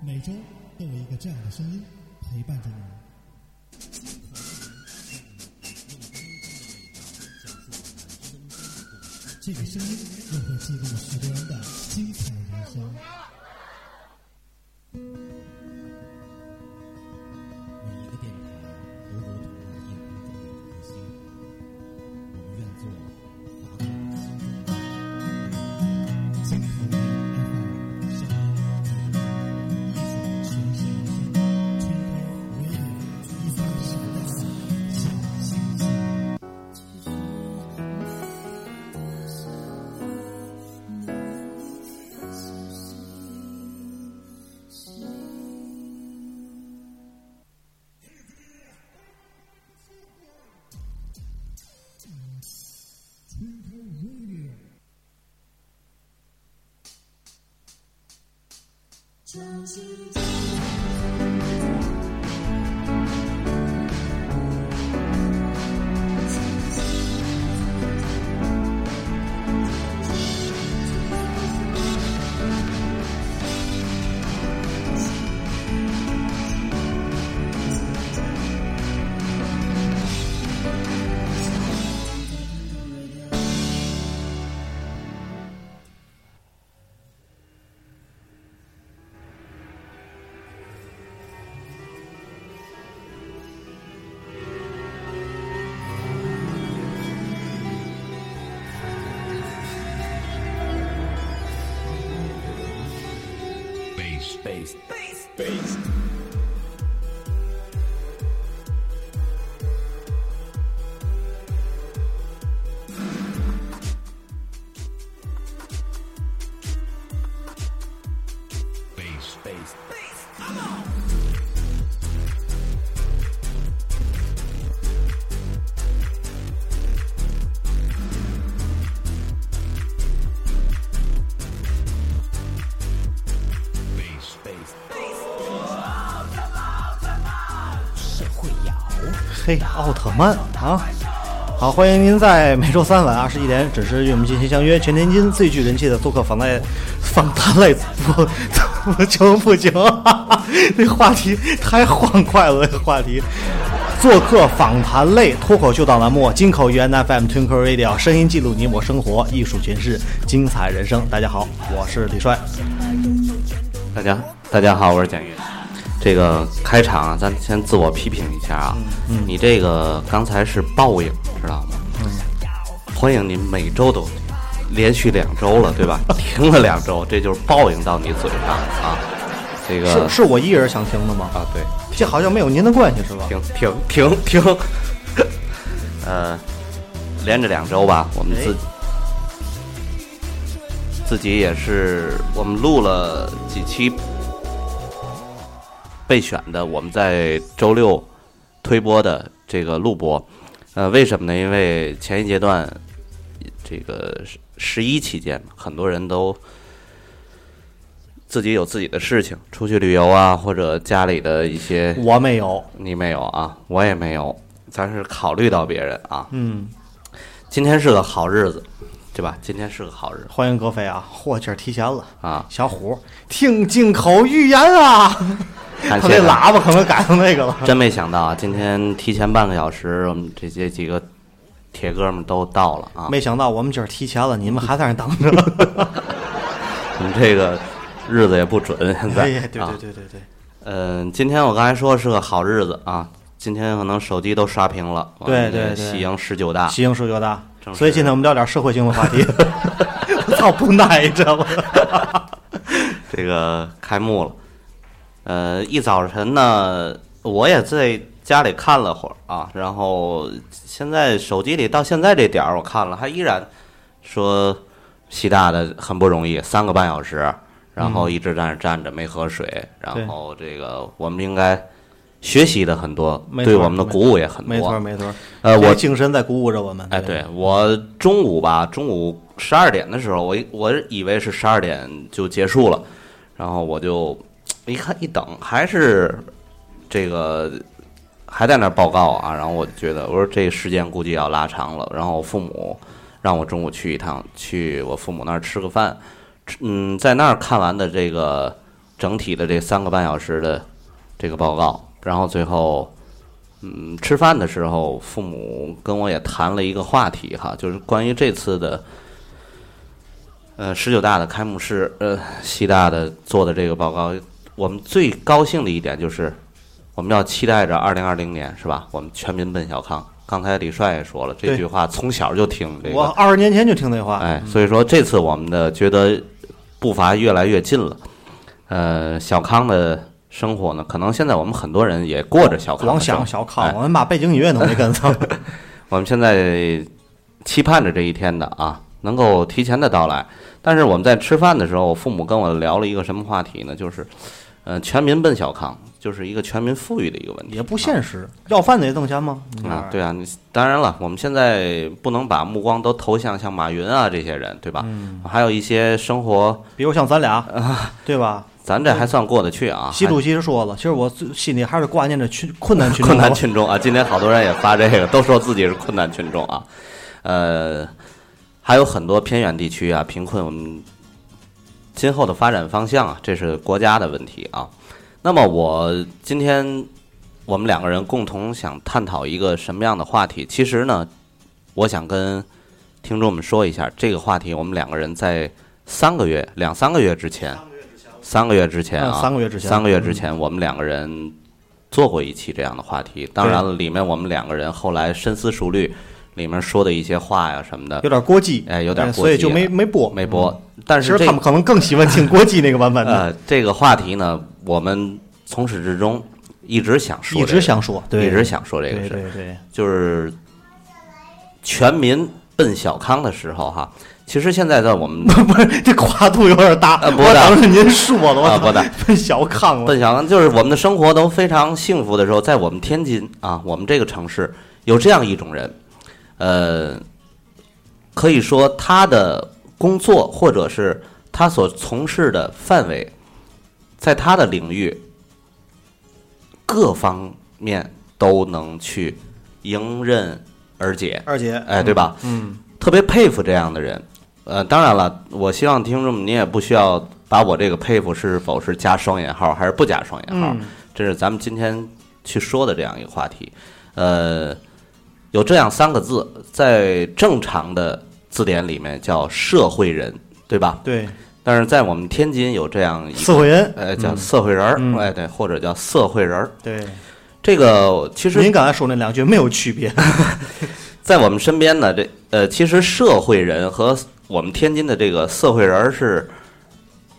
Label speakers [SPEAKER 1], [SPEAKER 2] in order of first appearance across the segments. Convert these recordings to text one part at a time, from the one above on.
[SPEAKER 1] 每周都有一个这样的声音陪伴着你。这个声音又会记录许多人的精彩人生。
[SPEAKER 2] 每一个电台都如同那夜空中的一颗星，我们愿做划过你心中的
[SPEAKER 1] 金口玉 FM 声音艺术诠释人生，推开 radio 一三时代的小星星。天空 radio。
[SPEAKER 3] Base. Base. Base.
[SPEAKER 4] 嘿，奥特曼啊！好，欢迎您在每周三晚二十一点准时与我们进行相约，全天津最具人气的做客访谈访谈类不不行不行，那话题太欢快了，那话题。做客访谈类脱口秀档栏目，金口源 FM Twinkle Radio，声音记录你我生活，艺术诠释精彩人生。大家好，我是李帅。
[SPEAKER 5] 大家大家好，我是蒋云。这个开场啊，咱先自我批评一下啊，
[SPEAKER 4] 嗯
[SPEAKER 5] 你这个刚才是报应，知道吗？欢迎您每周都连续两周了， 对吧？停了两周，这就是报应到你嘴上了啊。这个
[SPEAKER 4] 是是我一人想听的吗？
[SPEAKER 5] 啊，对，
[SPEAKER 4] 这好像没有您的关系是吧？
[SPEAKER 5] 停停停停，呃，连着两周吧，我们自、自己也是，我们录了几期备选的，我们在周六推播的这个录播，呃，为什么呢？因为前一阶段这个十十一期间，很多人都自己有自己的事情，出去旅游啊，或者家里的一些
[SPEAKER 4] 我没有。
[SPEAKER 5] 你没有啊，我也没有，咱是考虑到别人啊。
[SPEAKER 4] 嗯，
[SPEAKER 5] 今天是个好日子，对吧？今天是个好日 子
[SPEAKER 4] 欢迎格飞啊！嚯，今儿提前了。
[SPEAKER 5] 啊！
[SPEAKER 4] 小虎，听进口预言啊！他
[SPEAKER 5] 感
[SPEAKER 4] 那
[SPEAKER 5] 谢大家
[SPEAKER 4] 喇叭可能改成那个了。
[SPEAKER 5] 真没想到啊，今天提前半个小时，我们这些几个铁哥们都到了啊。
[SPEAKER 4] 没想到我们今儿提前了，你们还在那等 着。
[SPEAKER 5] 我们这个日子也不准，现在、
[SPEAKER 4] 哎呀，对
[SPEAKER 5] 啊
[SPEAKER 4] 对对对对，
[SPEAKER 5] 嗯，今天我刚才说是个好日子啊，今天可能手机都刷屏了。我
[SPEAKER 4] 对
[SPEAKER 5] 们
[SPEAKER 4] 对
[SPEAKER 5] 的
[SPEAKER 4] 对
[SPEAKER 5] 喜迎十九大，
[SPEAKER 4] 西营数学大，
[SPEAKER 5] 啊正是
[SPEAKER 4] 所以今天我们聊点社会性的话 题。我操，不耐，你知道 吗？
[SPEAKER 5] 这个开幕了。呃，一早晨呢，我也在家里看了会儿啊，然后现在手机里到现在这点儿我看了，还依然说西大的很不容易，三个半小时，然后一直在那儿站着没喝水，
[SPEAKER 4] 嗯对
[SPEAKER 5] 然后这个我们应该学习的很多，
[SPEAKER 4] 没错
[SPEAKER 5] 对我们的鼓舞也很
[SPEAKER 4] 没错
[SPEAKER 5] 多。
[SPEAKER 4] 没错，
[SPEAKER 5] 呃，
[SPEAKER 4] 这
[SPEAKER 5] 我
[SPEAKER 4] 个精神在鼓舞着我们。
[SPEAKER 5] 哎，对我中午吧，中午十二点的时候，我一我以为是十二点就结束了，然后我就一看一等，还是这个还在那儿报告啊，然后我就觉得我说这时间估计要拉长了，然后我父母让我中午去一趟，去我父母那儿吃个饭，吃嗯，在那儿看完的这个整体的这三个半小时的这个报告，然后最后，嗯，吃饭的时候，父母跟我也谈了一个话题哈，就是关于这次的，呃，十九大的开幕式，呃，西大的做的这个报告，我们最高兴的一点就是，我们要期待着二零二零年是吧？我们全民奔小康。刚才李帅也说了这
[SPEAKER 4] 对
[SPEAKER 5] 句话，从小就听这个。
[SPEAKER 4] 我二十年前就听那话，
[SPEAKER 5] 哎，所以说这次我们的觉得步伐越来越近了。呃，小康的生活呢，可能现在我们很多人也过着小康的
[SPEAKER 4] 光
[SPEAKER 5] 生活
[SPEAKER 4] 想小康，
[SPEAKER 5] 哎
[SPEAKER 4] 我们把背景音乐都没跟 上。
[SPEAKER 5] 我们现在期盼着这一天的啊，能够提前的到来。但是我们在吃饭的时候，我父母跟我聊了一个什么话题呢？就是，呃，全民奔小康，就是一个全民富裕的一个问题。
[SPEAKER 4] 也不现实，要饭的也挣钱吗？
[SPEAKER 5] 啊，
[SPEAKER 4] 对，
[SPEAKER 5] 对啊，你当然了，我们现在不能把目光都投向像马云啊这些人，对吧？还有一些生活，
[SPEAKER 4] 比如像咱俩，
[SPEAKER 5] 啊
[SPEAKER 4] 对吧？
[SPEAKER 5] 咱这还算过得去啊。
[SPEAKER 4] 习
[SPEAKER 5] 还
[SPEAKER 4] 主席说了，其实我最心里还是挂念着群困难群众
[SPEAKER 5] 困
[SPEAKER 4] 吧
[SPEAKER 5] 难群众啊，今天好多人也发这个，都说自己是困难群众啊，呃，还有很多偏远地区啊，贫困，我们今后的发展方向啊，这是国家的问题啊。那么我今天我们两个人共同想探讨一个什么样的话题？其实呢，我想跟听众们说一下，这个话题我们两个人在三个月、两三个月之前，三个月之前啊，
[SPEAKER 4] 嗯三个月之前
[SPEAKER 5] 三个月之前，我们两个人做过一期这样的话题。当然了，里面我们两个人后来深思熟虑，里面说的一些话呀什么的
[SPEAKER 4] 有，点过激，
[SPEAKER 5] 哎有点过激
[SPEAKER 4] 所以就没
[SPEAKER 5] 了
[SPEAKER 4] 没播。嗯
[SPEAKER 5] 没播。但
[SPEAKER 4] 其
[SPEAKER 5] 是
[SPEAKER 4] 实
[SPEAKER 5] 这
[SPEAKER 4] 他们可能更喜欢听过激那个版本的，
[SPEAKER 5] 呃这个话题呢，我们从始至终一直想说
[SPEAKER 4] 一
[SPEAKER 5] 这个，
[SPEAKER 4] 直想说，对，
[SPEAKER 5] 一直想说这个
[SPEAKER 4] 对
[SPEAKER 5] 事，
[SPEAKER 4] 对对，
[SPEAKER 5] 就是全民奔小康的时候哈。其实现在在 我们
[SPEAKER 4] 不是这跨度有点大，
[SPEAKER 5] 呃不
[SPEAKER 4] 我
[SPEAKER 5] 大
[SPEAKER 4] 等着您说了，
[SPEAKER 5] 啊
[SPEAKER 4] 我
[SPEAKER 5] 不大
[SPEAKER 4] 操，小康了，
[SPEAKER 5] 奔小康，就是我们的生活都非常幸福的时候，在我们天津啊，我们这个城市有这样一种人，呃，可以说他的工作或者是他所从事的范围，在他的领域各方面都能去迎刃而解，
[SPEAKER 4] 二姐，
[SPEAKER 5] 哎，对吧？
[SPEAKER 4] 嗯，
[SPEAKER 5] 特别佩服这样的人。呃，当然了，我希望听众们你也不需要把我这个佩服是否是加双引号还是不加双引号，
[SPEAKER 4] 嗯
[SPEAKER 5] 这是咱们今天去说的这样一个话题。呃，有这样三个字，在正常的字典里面叫社会人，对吧？
[SPEAKER 4] 对，
[SPEAKER 5] 但是在我们天津有这样一
[SPEAKER 4] 四
[SPEAKER 5] 个，
[SPEAKER 4] 会人，
[SPEAKER 5] 呃，叫社会人儿，
[SPEAKER 4] 嗯
[SPEAKER 5] 哎，对，或者叫社会人儿。
[SPEAKER 4] 对，
[SPEAKER 5] 这个其实
[SPEAKER 4] 您刚才说那两句没有区别，
[SPEAKER 5] 在我们身边呢，这呃，其实社会人和我们天津的这个社会人儿是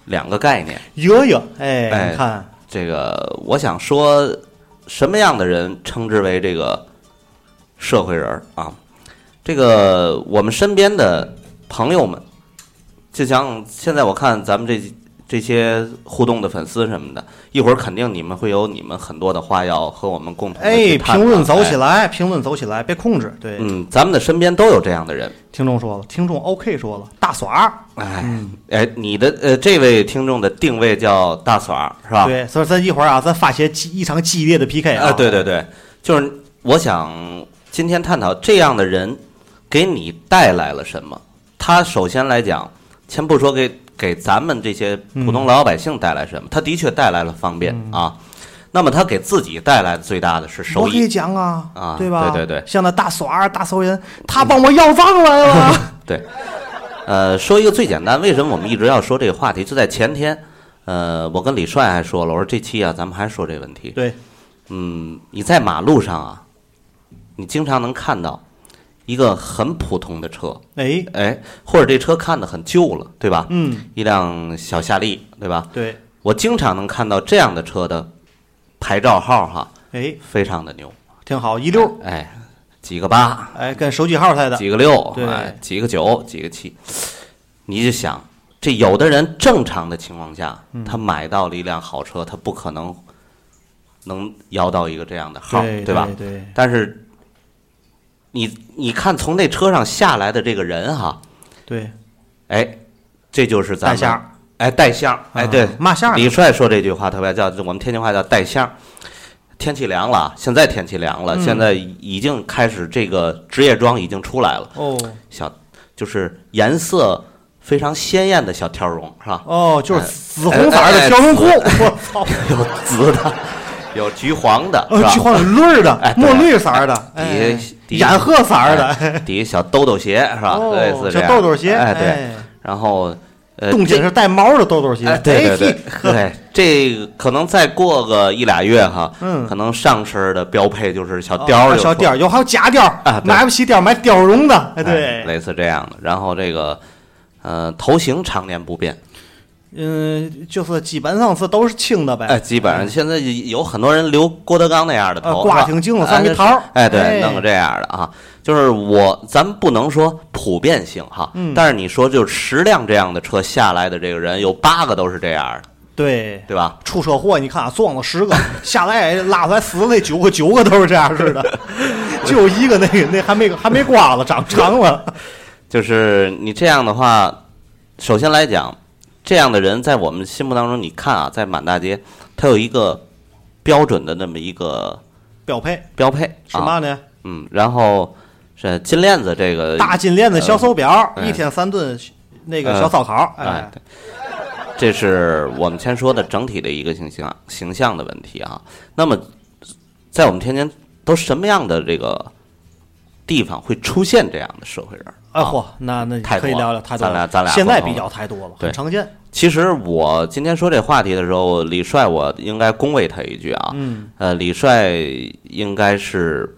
[SPEAKER 5] 两个概念。
[SPEAKER 4] 爷爷，哎，
[SPEAKER 5] 哎
[SPEAKER 4] 你看，
[SPEAKER 5] 这个我想说，什么样的人称之为这个社会人儿啊？这个我们身边的朋友们，就像现在我看咱们这这些互动的粉丝什么的，一会儿肯定你们会有你们很多的话要和我们共同地
[SPEAKER 4] 哎，
[SPEAKER 5] 去探讨
[SPEAKER 4] 评论走
[SPEAKER 5] 哎
[SPEAKER 4] 起来，评论走起来，别控制，对，
[SPEAKER 5] 嗯，咱们的身边都有这样的人。
[SPEAKER 4] 听众说了，听众 OK 说了，大耍儿，
[SPEAKER 5] 哎，
[SPEAKER 4] 嗯
[SPEAKER 5] 哎，你的呃，这位听众的定位叫大耍儿是吧？
[SPEAKER 4] 对，所以咱一会儿啊，咱发起激一场激烈的 PK
[SPEAKER 5] 啊，
[SPEAKER 4] 啊，
[SPEAKER 5] 对对对，就是我想今天探讨这样的人给你带来了什么。他首先来讲，先不说给给咱们这些普通老百姓带来什么，他的确带来了方便
[SPEAKER 4] 嗯
[SPEAKER 5] 啊。那么他给自己带来的最大的是收
[SPEAKER 4] 我可以
[SPEAKER 5] 益，
[SPEAKER 4] 讲啊，
[SPEAKER 5] 啊
[SPEAKER 4] 对吧？
[SPEAKER 5] 对对对
[SPEAKER 4] 像那大耍儿、大骚人，他帮我要饭来 了，
[SPEAKER 5] 对。呃，说一个最简单，为什么我们一直要说这个话题？就在前天，呃，我跟李帅还说了，我说这期啊，咱们还说这个问题。
[SPEAKER 4] 对，
[SPEAKER 5] 嗯，你在马路上啊，你经常能看到一个很普通的车，
[SPEAKER 4] 哎，
[SPEAKER 5] 哎，或者这车看的很旧了，对吧？
[SPEAKER 4] 嗯，
[SPEAKER 5] 一辆小夏利，对吧？
[SPEAKER 4] 对，
[SPEAKER 5] 我经常能看到这样的车的牌照号哈，
[SPEAKER 4] 哎，
[SPEAKER 5] 非常的牛，
[SPEAKER 4] 挺好，一溜儿，
[SPEAKER 5] 哎，几个八，
[SPEAKER 4] 哎，跟手机号似的，
[SPEAKER 5] 几个六，
[SPEAKER 4] 对
[SPEAKER 5] 哎，几个九，几个七，你就想，这有的人正常的情况下，
[SPEAKER 4] 嗯
[SPEAKER 5] 他买到了一辆好车，他不可能能摇到一个这样的号，
[SPEAKER 4] 对
[SPEAKER 5] 吧？
[SPEAKER 4] 对对，
[SPEAKER 5] 但是你你看从那车上下来的这个人哈，
[SPEAKER 4] 对，
[SPEAKER 5] 哎，这就是咱
[SPEAKER 4] 带
[SPEAKER 5] 们
[SPEAKER 4] 线儿，啊
[SPEAKER 5] 哎带相儿，哎对，
[SPEAKER 4] 骂线儿呢
[SPEAKER 5] 李帅说这句话特别叫我们天津话叫带相儿。天气凉了，现在天气凉了，
[SPEAKER 4] 嗯
[SPEAKER 5] 现在已经开始这个职业装已经出来了，
[SPEAKER 4] 哦，
[SPEAKER 5] 小就是颜色非常鲜艳的小条绒，是吧？
[SPEAKER 4] 哦，就是
[SPEAKER 5] 哎
[SPEAKER 4] 紫红色儿的条纹裤，我操，
[SPEAKER 5] 有紫的，有橘黄的， 是
[SPEAKER 4] 呃，
[SPEAKER 5] 吧？
[SPEAKER 4] 橘黄绿儿的
[SPEAKER 5] 哎，对
[SPEAKER 4] 墨绿色儿的，哎
[SPEAKER 5] 底下底下
[SPEAKER 4] 染褐色儿的，
[SPEAKER 5] 哎底下小豆豆鞋是吧？
[SPEAKER 4] 哦
[SPEAKER 5] 类似这
[SPEAKER 4] 小
[SPEAKER 5] 样
[SPEAKER 4] 豆豆鞋，
[SPEAKER 5] 哎对。然后呃，
[SPEAKER 4] 冬天
[SPEAKER 5] 这
[SPEAKER 4] 是带毛的豆豆鞋
[SPEAKER 5] 哎，对对
[SPEAKER 4] 哎嘿
[SPEAKER 5] 对 对，这个可能再过个一俩月哈，
[SPEAKER 4] 嗯
[SPEAKER 5] 可能上身的标配就是小貂
[SPEAKER 4] 啊
[SPEAKER 5] 儿就
[SPEAKER 4] 小
[SPEAKER 5] 出来
[SPEAKER 4] 貂儿，有还有假貂儿
[SPEAKER 5] 啊对
[SPEAKER 4] 买不起貂儿买貂绒的，哎
[SPEAKER 5] 哎
[SPEAKER 4] 对，
[SPEAKER 5] 类似这样的。然后这个呃头型常年不变，
[SPEAKER 4] 嗯，就是基本上是都是青的呗，
[SPEAKER 5] 哎，基本上现在有很多人留郭德纲那样的
[SPEAKER 4] 呃，
[SPEAKER 5] 头，
[SPEAKER 4] 挂
[SPEAKER 5] 是吧
[SPEAKER 4] 挺净的
[SPEAKER 5] 哎
[SPEAKER 4] 三
[SPEAKER 5] 就
[SPEAKER 4] 皮
[SPEAKER 5] 是
[SPEAKER 4] 桃儿，
[SPEAKER 5] 哎，对，弄个这样的啊，就是我，咱不能说普遍性哈，
[SPEAKER 4] 嗯
[SPEAKER 5] 但是你说就是十辆这样的车下来的这个人，有八个都是这样的，
[SPEAKER 4] 对。
[SPEAKER 5] 对吧？
[SPEAKER 4] 出车祸，你看啊，撞了十个，下来拉出来死的那九个，九个都是这样式的， 就有一个那个那还没还没刮了，长长了。
[SPEAKER 5] 就是你这样的话，首先来讲，这样的人在我们心目当中，你看啊，在满大街，他有一个标准的那么一个
[SPEAKER 4] 标配
[SPEAKER 5] 标配
[SPEAKER 4] 是
[SPEAKER 5] 啊，
[SPEAKER 4] 嘛呢？
[SPEAKER 5] 嗯，然后是金链子这个
[SPEAKER 4] 大金链子小手表，
[SPEAKER 5] 哎
[SPEAKER 4] 一天三顿那个
[SPEAKER 5] 呃
[SPEAKER 4] 小烧烤，
[SPEAKER 5] 哎
[SPEAKER 4] 哎，，
[SPEAKER 5] 对，这是我们先说的整体的一个形象形象的问题啊。那么，在我们天津都什么样的这个地方会出现这样的社会人？
[SPEAKER 4] 哎嚯，那那
[SPEAKER 5] 啊太多
[SPEAKER 4] 可以聊聊
[SPEAKER 5] 了
[SPEAKER 4] 太多了，
[SPEAKER 5] 咱俩咱俩
[SPEAKER 4] 现在
[SPEAKER 5] 共同
[SPEAKER 4] 比较太多了，
[SPEAKER 5] 对
[SPEAKER 4] 很常见。
[SPEAKER 5] 其实我今天说这话题的时候，李帅，我应该恭维他一句啊。
[SPEAKER 4] 嗯，
[SPEAKER 5] 呃，李帅应该是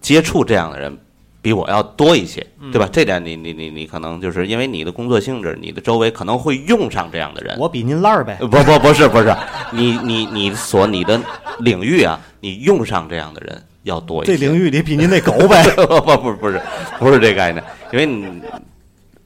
[SPEAKER 5] 接触这样的人比我要多一些，
[SPEAKER 4] 嗯
[SPEAKER 5] 对吧？这点你你你你可能就是因为你的工作性质，你的周围可能会用上这样的人。
[SPEAKER 4] 我比您烂儿呗，
[SPEAKER 5] 不不不是不是，你你你所你的领域啊，你用上这样的人要多一
[SPEAKER 4] 这
[SPEAKER 5] 些。
[SPEAKER 4] 领域里比您那狗呗。
[SPEAKER 5] 不不不不是不是这概念，因为你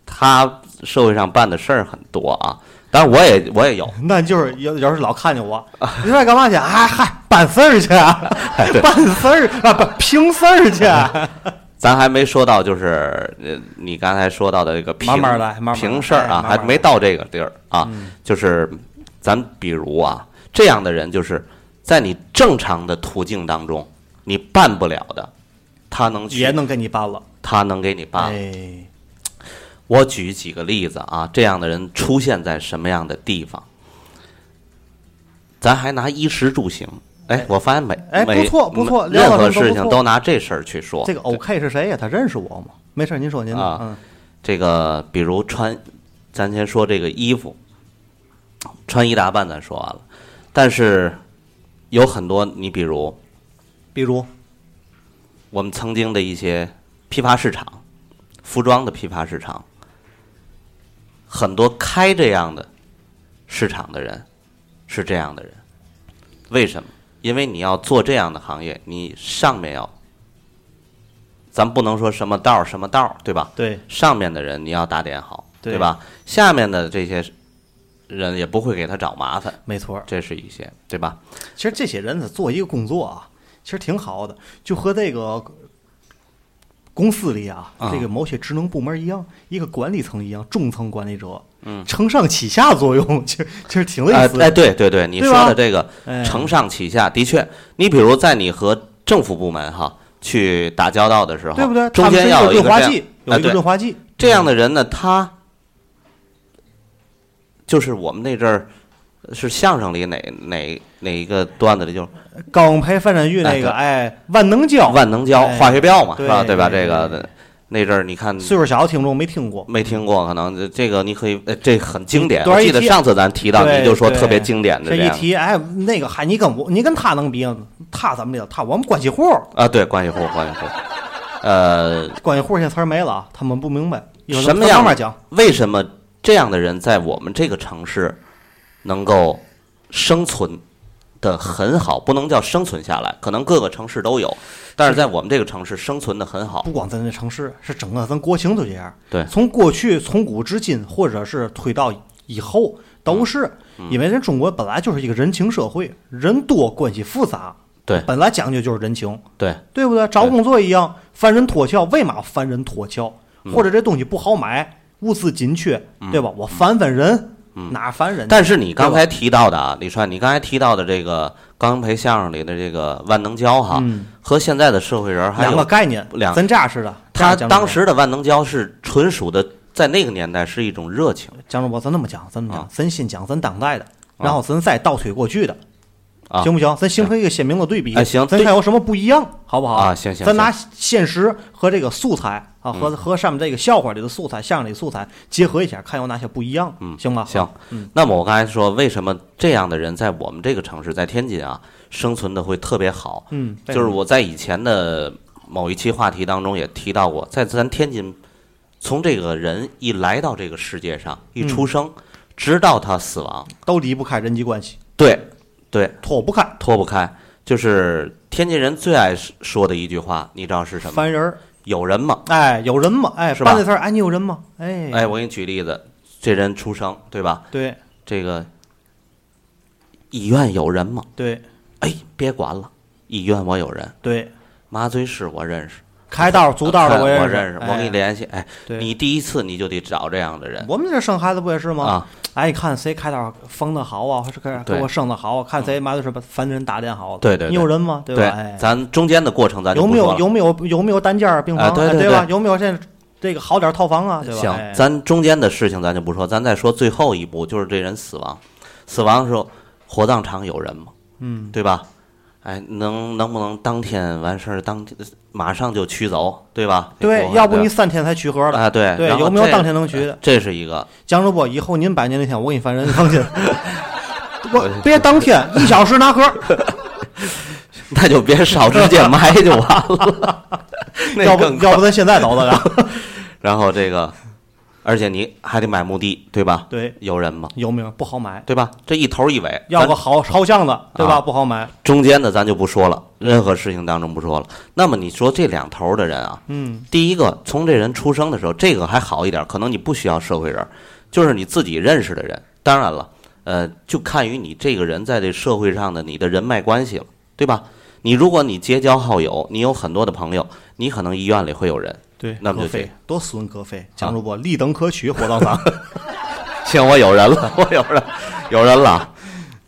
[SPEAKER 5] 他社会上办的事儿很多啊，当然我也我也有，
[SPEAKER 4] 那就是
[SPEAKER 5] 嗯
[SPEAKER 4] 有有时老看见我，
[SPEAKER 5] 啊
[SPEAKER 4] 你说干嘛去？哎嗨，办事儿去，啊
[SPEAKER 5] 哎
[SPEAKER 4] 办事儿啊，不平事儿去。啊
[SPEAKER 5] 咱还没说到就是呃你刚才说到的这个平
[SPEAKER 4] 慢慢来慢慢来
[SPEAKER 5] 平事儿
[SPEAKER 4] 哎慢
[SPEAKER 5] 啊，
[SPEAKER 4] 慢来嗯
[SPEAKER 5] 还没到这个地儿啊，就是咱比如啊这样的人，就是在你正常的途径当中你办不了的，他能去
[SPEAKER 4] 也能给你办了。
[SPEAKER 5] 他能给你办了。
[SPEAKER 4] 哎，
[SPEAKER 5] 我举几个例子啊，这样的人出现在什么样的地方？咱还拿衣食住行，哎，我发现每
[SPEAKER 4] 哎
[SPEAKER 5] 每
[SPEAKER 4] 不错不错
[SPEAKER 5] 任
[SPEAKER 4] 聊到
[SPEAKER 5] 何
[SPEAKER 4] 这儿都
[SPEAKER 5] 事
[SPEAKER 4] 不
[SPEAKER 5] 情
[SPEAKER 4] 错
[SPEAKER 5] 都拿这事儿去说。
[SPEAKER 4] 这个 OK 是谁呀？他认识我吗？没事儿，您说您的。
[SPEAKER 5] 啊
[SPEAKER 4] 嗯，
[SPEAKER 5] 这个比如穿，咱先说这个衣服，穿衣打扮咱说完了，但是有很多，你比如
[SPEAKER 4] 比如
[SPEAKER 5] 我们曾经的一些批发市场，服装的批发市场，很多开这样的市场的人是这样的人，为什么？因为你要做这样的行业，你上面要，咱不能说什么道儿什么道儿，对吧？
[SPEAKER 4] 对
[SPEAKER 5] 上面的人你要打点好，
[SPEAKER 4] 对
[SPEAKER 5] 对吧？下面的这些人也不会给他找麻烦，
[SPEAKER 4] 没错儿。
[SPEAKER 5] 这是一些，对吧？
[SPEAKER 4] 其实这些人他做一个工作啊，其实挺好的，就和这个公司里啊，
[SPEAKER 5] 啊
[SPEAKER 4] 这个某些职能部门一样，一个管理层一样，中层管理者，嗯，承上启下作用，其实其实挺类
[SPEAKER 5] 哎
[SPEAKER 4] 似的。
[SPEAKER 5] 哎，对对对，你
[SPEAKER 4] 对
[SPEAKER 5] 说
[SPEAKER 4] 吧
[SPEAKER 5] 的这个
[SPEAKER 4] 哎
[SPEAKER 5] 承上启下，的确，你比如在你和政府部门哈去打交道的时候，
[SPEAKER 4] 对不对？
[SPEAKER 5] 啊中间要
[SPEAKER 4] 他们
[SPEAKER 5] 有一
[SPEAKER 4] 是一个润
[SPEAKER 5] 个
[SPEAKER 4] 滑
[SPEAKER 5] 这样
[SPEAKER 4] 剂，有
[SPEAKER 5] 哎
[SPEAKER 4] 一个
[SPEAKER 5] 对
[SPEAKER 4] 润滑剂。
[SPEAKER 5] 这样的人呢，他就是我们那阵儿是相声里哪哪哪一个段子里就是
[SPEAKER 4] 高永培、范振钰那个，哎，万能胶，
[SPEAKER 5] 万能胶
[SPEAKER 4] 哎
[SPEAKER 5] 化学标嘛，是吧？
[SPEAKER 4] 对
[SPEAKER 5] 对吧？
[SPEAKER 4] 对
[SPEAKER 5] 这
[SPEAKER 4] 对
[SPEAKER 5] 个那阵儿你看
[SPEAKER 4] 岁数小的听众没听过，
[SPEAKER 5] 没听过，可能这个你可以，呃这很经典。
[SPEAKER 4] 对
[SPEAKER 5] 我记得
[SPEAKER 4] 一提
[SPEAKER 5] 上次咱提到，
[SPEAKER 4] 对
[SPEAKER 5] 你就说
[SPEAKER 4] 对
[SPEAKER 5] 特别经典的
[SPEAKER 4] 这一
[SPEAKER 5] 样的
[SPEAKER 4] 提，哎，那个嗨，你跟我，你跟他能比？他怎么的？他我们关系户，
[SPEAKER 5] 啊，对，关系户，关系户，呃，
[SPEAKER 4] 关系户现在词儿没了啊，他们不明白。一会儿
[SPEAKER 5] 什么
[SPEAKER 4] 咱
[SPEAKER 5] 样
[SPEAKER 4] 慢慢讲？
[SPEAKER 5] 为什么这样的人在我们这个城市能够生存的很好？不能叫生存下来，可能各个城市都有，但是在我们这个城市生存的很好
[SPEAKER 4] 不。光咱这城市，是整个咱国情都这样。
[SPEAKER 5] 对
[SPEAKER 4] 从过去从古至今，或者是推到以后，
[SPEAKER 5] 嗯
[SPEAKER 4] 都是、因为人中国本来就是一个人情社会，人多关系复杂，
[SPEAKER 5] 对
[SPEAKER 4] 本来讲究就是人情。
[SPEAKER 5] 对，
[SPEAKER 4] 对不对？找工作一样，凡人脱壳，为嘛凡人脱壳？
[SPEAKER 5] 嗯
[SPEAKER 4] 或者这东西不好买，物资紧缺，对吧？我烦烦人，哪烦人去？
[SPEAKER 5] 嗯但是你刚
[SPEAKER 4] 对吧
[SPEAKER 5] 才提到的啊，李川，你刚才提到的这个高英培相声里的这个万能胶哈，
[SPEAKER 4] 嗯
[SPEAKER 5] 和现在的社会人还
[SPEAKER 4] 两
[SPEAKER 5] 有
[SPEAKER 4] 个概念，
[SPEAKER 5] 两
[SPEAKER 4] 咱这样似的，这
[SPEAKER 5] 他
[SPEAKER 4] 样讲
[SPEAKER 5] 当时的万能胶是纯属的在那个年代是一种热情
[SPEAKER 4] 江主播，咱那么讲，咱那么讲
[SPEAKER 5] 啊，
[SPEAKER 4] 咱先讲咱当代的，然后咱再倒推过去的，
[SPEAKER 5] 啊，
[SPEAKER 4] 行不行？咱形成一个鲜明的对比，
[SPEAKER 5] 哎行
[SPEAKER 4] 咱
[SPEAKER 5] 对
[SPEAKER 4] 看有什么不一样，好不好？
[SPEAKER 5] 啊行嗯行
[SPEAKER 4] 咱拿现实和这个素材啊，和和上面这个笑话里的素材、相声里的素材结合一下，看有哪些不一样，
[SPEAKER 5] 嗯
[SPEAKER 4] 行吧？
[SPEAKER 5] 行，那么我刚才说，为什么这样的人在我们这个城市，在天津啊，生存的会特别好？
[SPEAKER 4] 嗯，这
[SPEAKER 5] 就
[SPEAKER 4] 个
[SPEAKER 5] 是我在以前的某一期话题当中也提到过，在咱天津，从这个人一来到这个世界上，一出生，直到他死亡，
[SPEAKER 4] 都离不开人际关系，
[SPEAKER 5] 对对，
[SPEAKER 4] 脱不开，
[SPEAKER 5] 脱不开。就是天津人最爱说的一句话，你知道是什么？
[SPEAKER 4] 烦人儿。
[SPEAKER 5] 有人吗？
[SPEAKER 4] 哎，有人吗？哎，
[SPEAKER 5] 是吧
[SPEAKER 4] 办这事儿，哎，你有人吗？哎，
[SPEAKER 5] 哎，我给你举例子，这人出生，对吧？
[SPEAKER 4] 对
[SPEAKER 5] 这个医院有人吗？
[SPEAKER 4] 对
[SPEAKER 5] 哎，别管了，医院我有人，
[SPEAKER 4] 对，
[SPEAKER 5] 麻醉师我认识，啊
[SPEAKER 4] 开道儿、足道儿的
[SPEAKER 5] 我
[SPEAKER 4] 也
[SPEAKER 5] 认
[SPEAKER 4] 识，
[SPEAKER 5] 我
[SPEAKER 4] 哎
[SPEAKER 5] 给你联系。哎，
[SPEAKER 4] 对
[SPEAKER 5] 你第一次你就得找这样的人
[SPEAKER 4] 我们这生孩子不也是吗？
[SPEAKER 5] 啊，
[SPEAKER 4] 哎，看谁开刀缝的好啊，或是给给
[SPEAKER 5] 对
[SPEAKER 4] 我生的好啊，看谁麻醉师把凡人打点好。
[SPEAKER 5] 对对对
[SPEAKER 4] 你有人吗？对吧？
[SPEAKER 5] 对
[SPEAKER 4] 哎，
[SPEAKER 5] 咱中间的过程咱就
[SPEAKER 4] 有
[SPEAKER 5] 不
[SPEAKER 4] 没
[SPEAKER 5] 说
[SPEAKER 4] 有
[SPEAKER 5] 了
[SPEAKER 4] 有没有有没有单间儿病
[SPEAKER 5] 啊
[SPEAKER 4] 房？
[SPEAKER 5] 对
[SPEAKER 4] 哎
[SPEAKER 5] 对
[SPEAKER 4] 吧？
[SPEAKER 5] 对
[SPEAKER 4] 有没有现在这个好点儿套房啊？对吧？哎
[SPEAKER 5] 行，咱中间的事情咱就不说，咱再说最后一步，就是这人死亡，死亡的时候火葬场有人吗？
[SPEAKER 4] 嗯，
[SPEAKER 5] 对吧？哎，能能不能当天完事儿，当天马上就取走，对吧？
[SPEAKER 4] 对，
[SPEAKER 5] 我
[SPEAKER 4] 要不你三天才取核了。
[SPEAKER 5] 啊，对
[SPEAKER 4] 对
[SPEAKER 5] 然后
[SPEAKER 4] 有没有
[SPEAKER 5] 这哎
[SPEAKER 4] 当天能取的
[SPEAKER 5] 这是一个，
[SPEAKER 4] 江主播，以后您百年那天我给你翻人，放心。 我别当天一小时拿盒，
[SPEAKER 5] 那就别烧直 接埋就完了，那
[SPEAKER 4] 要不
[SPEAKER 5] 更
[SPEAKER 4] 要不咱现在走的了。
[SPEAKER 5] 然后这个，而且你还得买墓地，对吧？
[SPEAKER 4] 对，
[SPEAKER 5] 有人吗？
[SPEAKER 4] 有没有不好买？
[SPEAKER 5] 对吧？这一头一尾，
[SPEAKER 4] 要个
[SPEAKER 5] 咱
[SPEAKER 4] 好好巷子，对吧？
[SPEAKER 5] 啊
[SPEAKER 4] 不好买。
[SPEAKER 5] 中间的咱就不说了，任何事情当中不说了。那么你说这两头的人啊，
[SPEAKER 4] 嗯，
[SPEAKER 5] 第一个从这人出生的时候，这个还好一点，可能你不需要社会人，就是你自己认识的人。当然了，呃，就看于你这个人在这社会上的你的人脉关系了，对吧？你如果你结交好友，你有很多的朋友，你可能医院里会有人。
[SPEAKER 4] 对，
[SPEAKER 5] 那么
[SPEAKER 4] 葛
[SPEAKER 5] 啊就这
[SPEAKER 4] 飞多损葛飞，江主播立等可取，火葬场。
[SPEAKER 5] 行，我有人了， 我有人，有人了。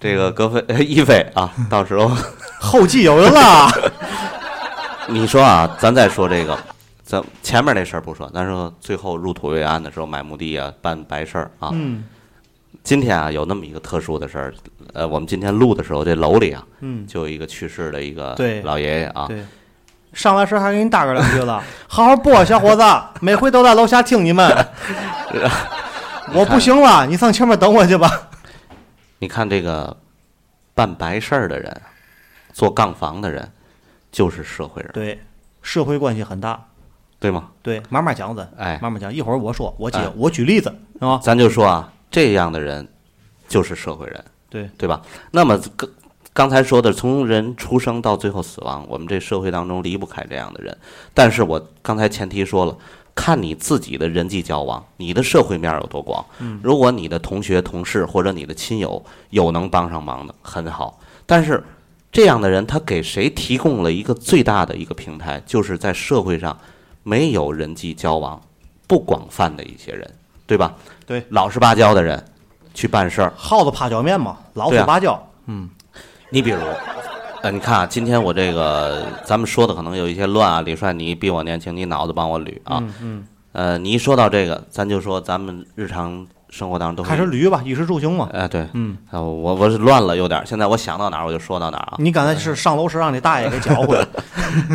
[SPEAKER 5] 这个格菲、呃一菲啊，到时候
[SPEAKER 4] 后继有人了。
[SPEAKER 5] 啊你说啊，咱再说这个，咱前面那事儿不说，咱说最后入土为安的时候买墓地啊，办白事儿啊。
[SPEAKER 4] 嗯
[SPEAKER 5] 今天啊，有那么一个特殊的事儿，呃，我们今天录的时候，这楼里啊，
[SPEAKER 4] 嗯，
[SPEAKER 5] 就有一个去世的一个
[SPEAKER 4] 对
[SPEAKER 5] 老爷爷啊，
[SPEAKER 4] 对。上完身还给你搭个两句了，好好播，小伙子，每回都在楼下听你 们。我不行了，你上前面等我去吧。
[SPEAKER 5] 你看这个办白事儿的人，做杠房的人，就是社会人，
[SPEAKER 4] 对，社会关系很大。
[SPEAKER 5] 对吗？
[SPEAKER 4] 对，慢慢讲咱，
[SPEAKER 5] 哎
[SPEAKER 4] 慢慢讲。一会儿我说，我举
[SPEAKER 5] 哎
[SPEAKER 4] 我举例子啊。
[SPEAKER 5] 咱就说啊，这样的人就是社会人，
[SPEAKER 4] 对
[SPEAKER 5] 对吧？那么刚刚才说的，从人出生到最后死亡，我们这社会当中离不开这样的人。但是我刚才前提说了，看你自己的人际交往，你的社会面有多广。如果你的同学、同事或者你的亲友有能帮上忙的，很好。但是这样的人，他给谁提供了一个最大的一个平台，就是在社会上没有人际交往、不广泛的一些人，对吧？
[SPEAKER 4] 对，
[SPEAKER 5] 老实巴交的人去办事儿。
[SPEAKER 4] 耗子趴脚面嘛，老
[SPEAKER 5] 对
[SPEAKER 4] 鼠
[SPEAKER 5] 啊
[SPEAKER 4] 拔脚。
[SPEAKER 5] 你比如，呃，你看啊，今天我这个咱们说的可能有一些乱啊，李帅，你比我年轻，你脑子帮我捋啊。嗯呃，你一说到这个，咱就说咱们日常生活当中都会
[SPEAKER 4] 开始捋吧，衣食住行嘛。
[SPEAKER 5] 嗯哎、对，
[SPEAKER 4] 嗯
[SPEAKER 5] 啊，我我是乱了有点儿，现在我想到哪儿我就说到哪儿啊。
[SPEAKER 4] 你刚才是上楼时让那大爷给搅 和了。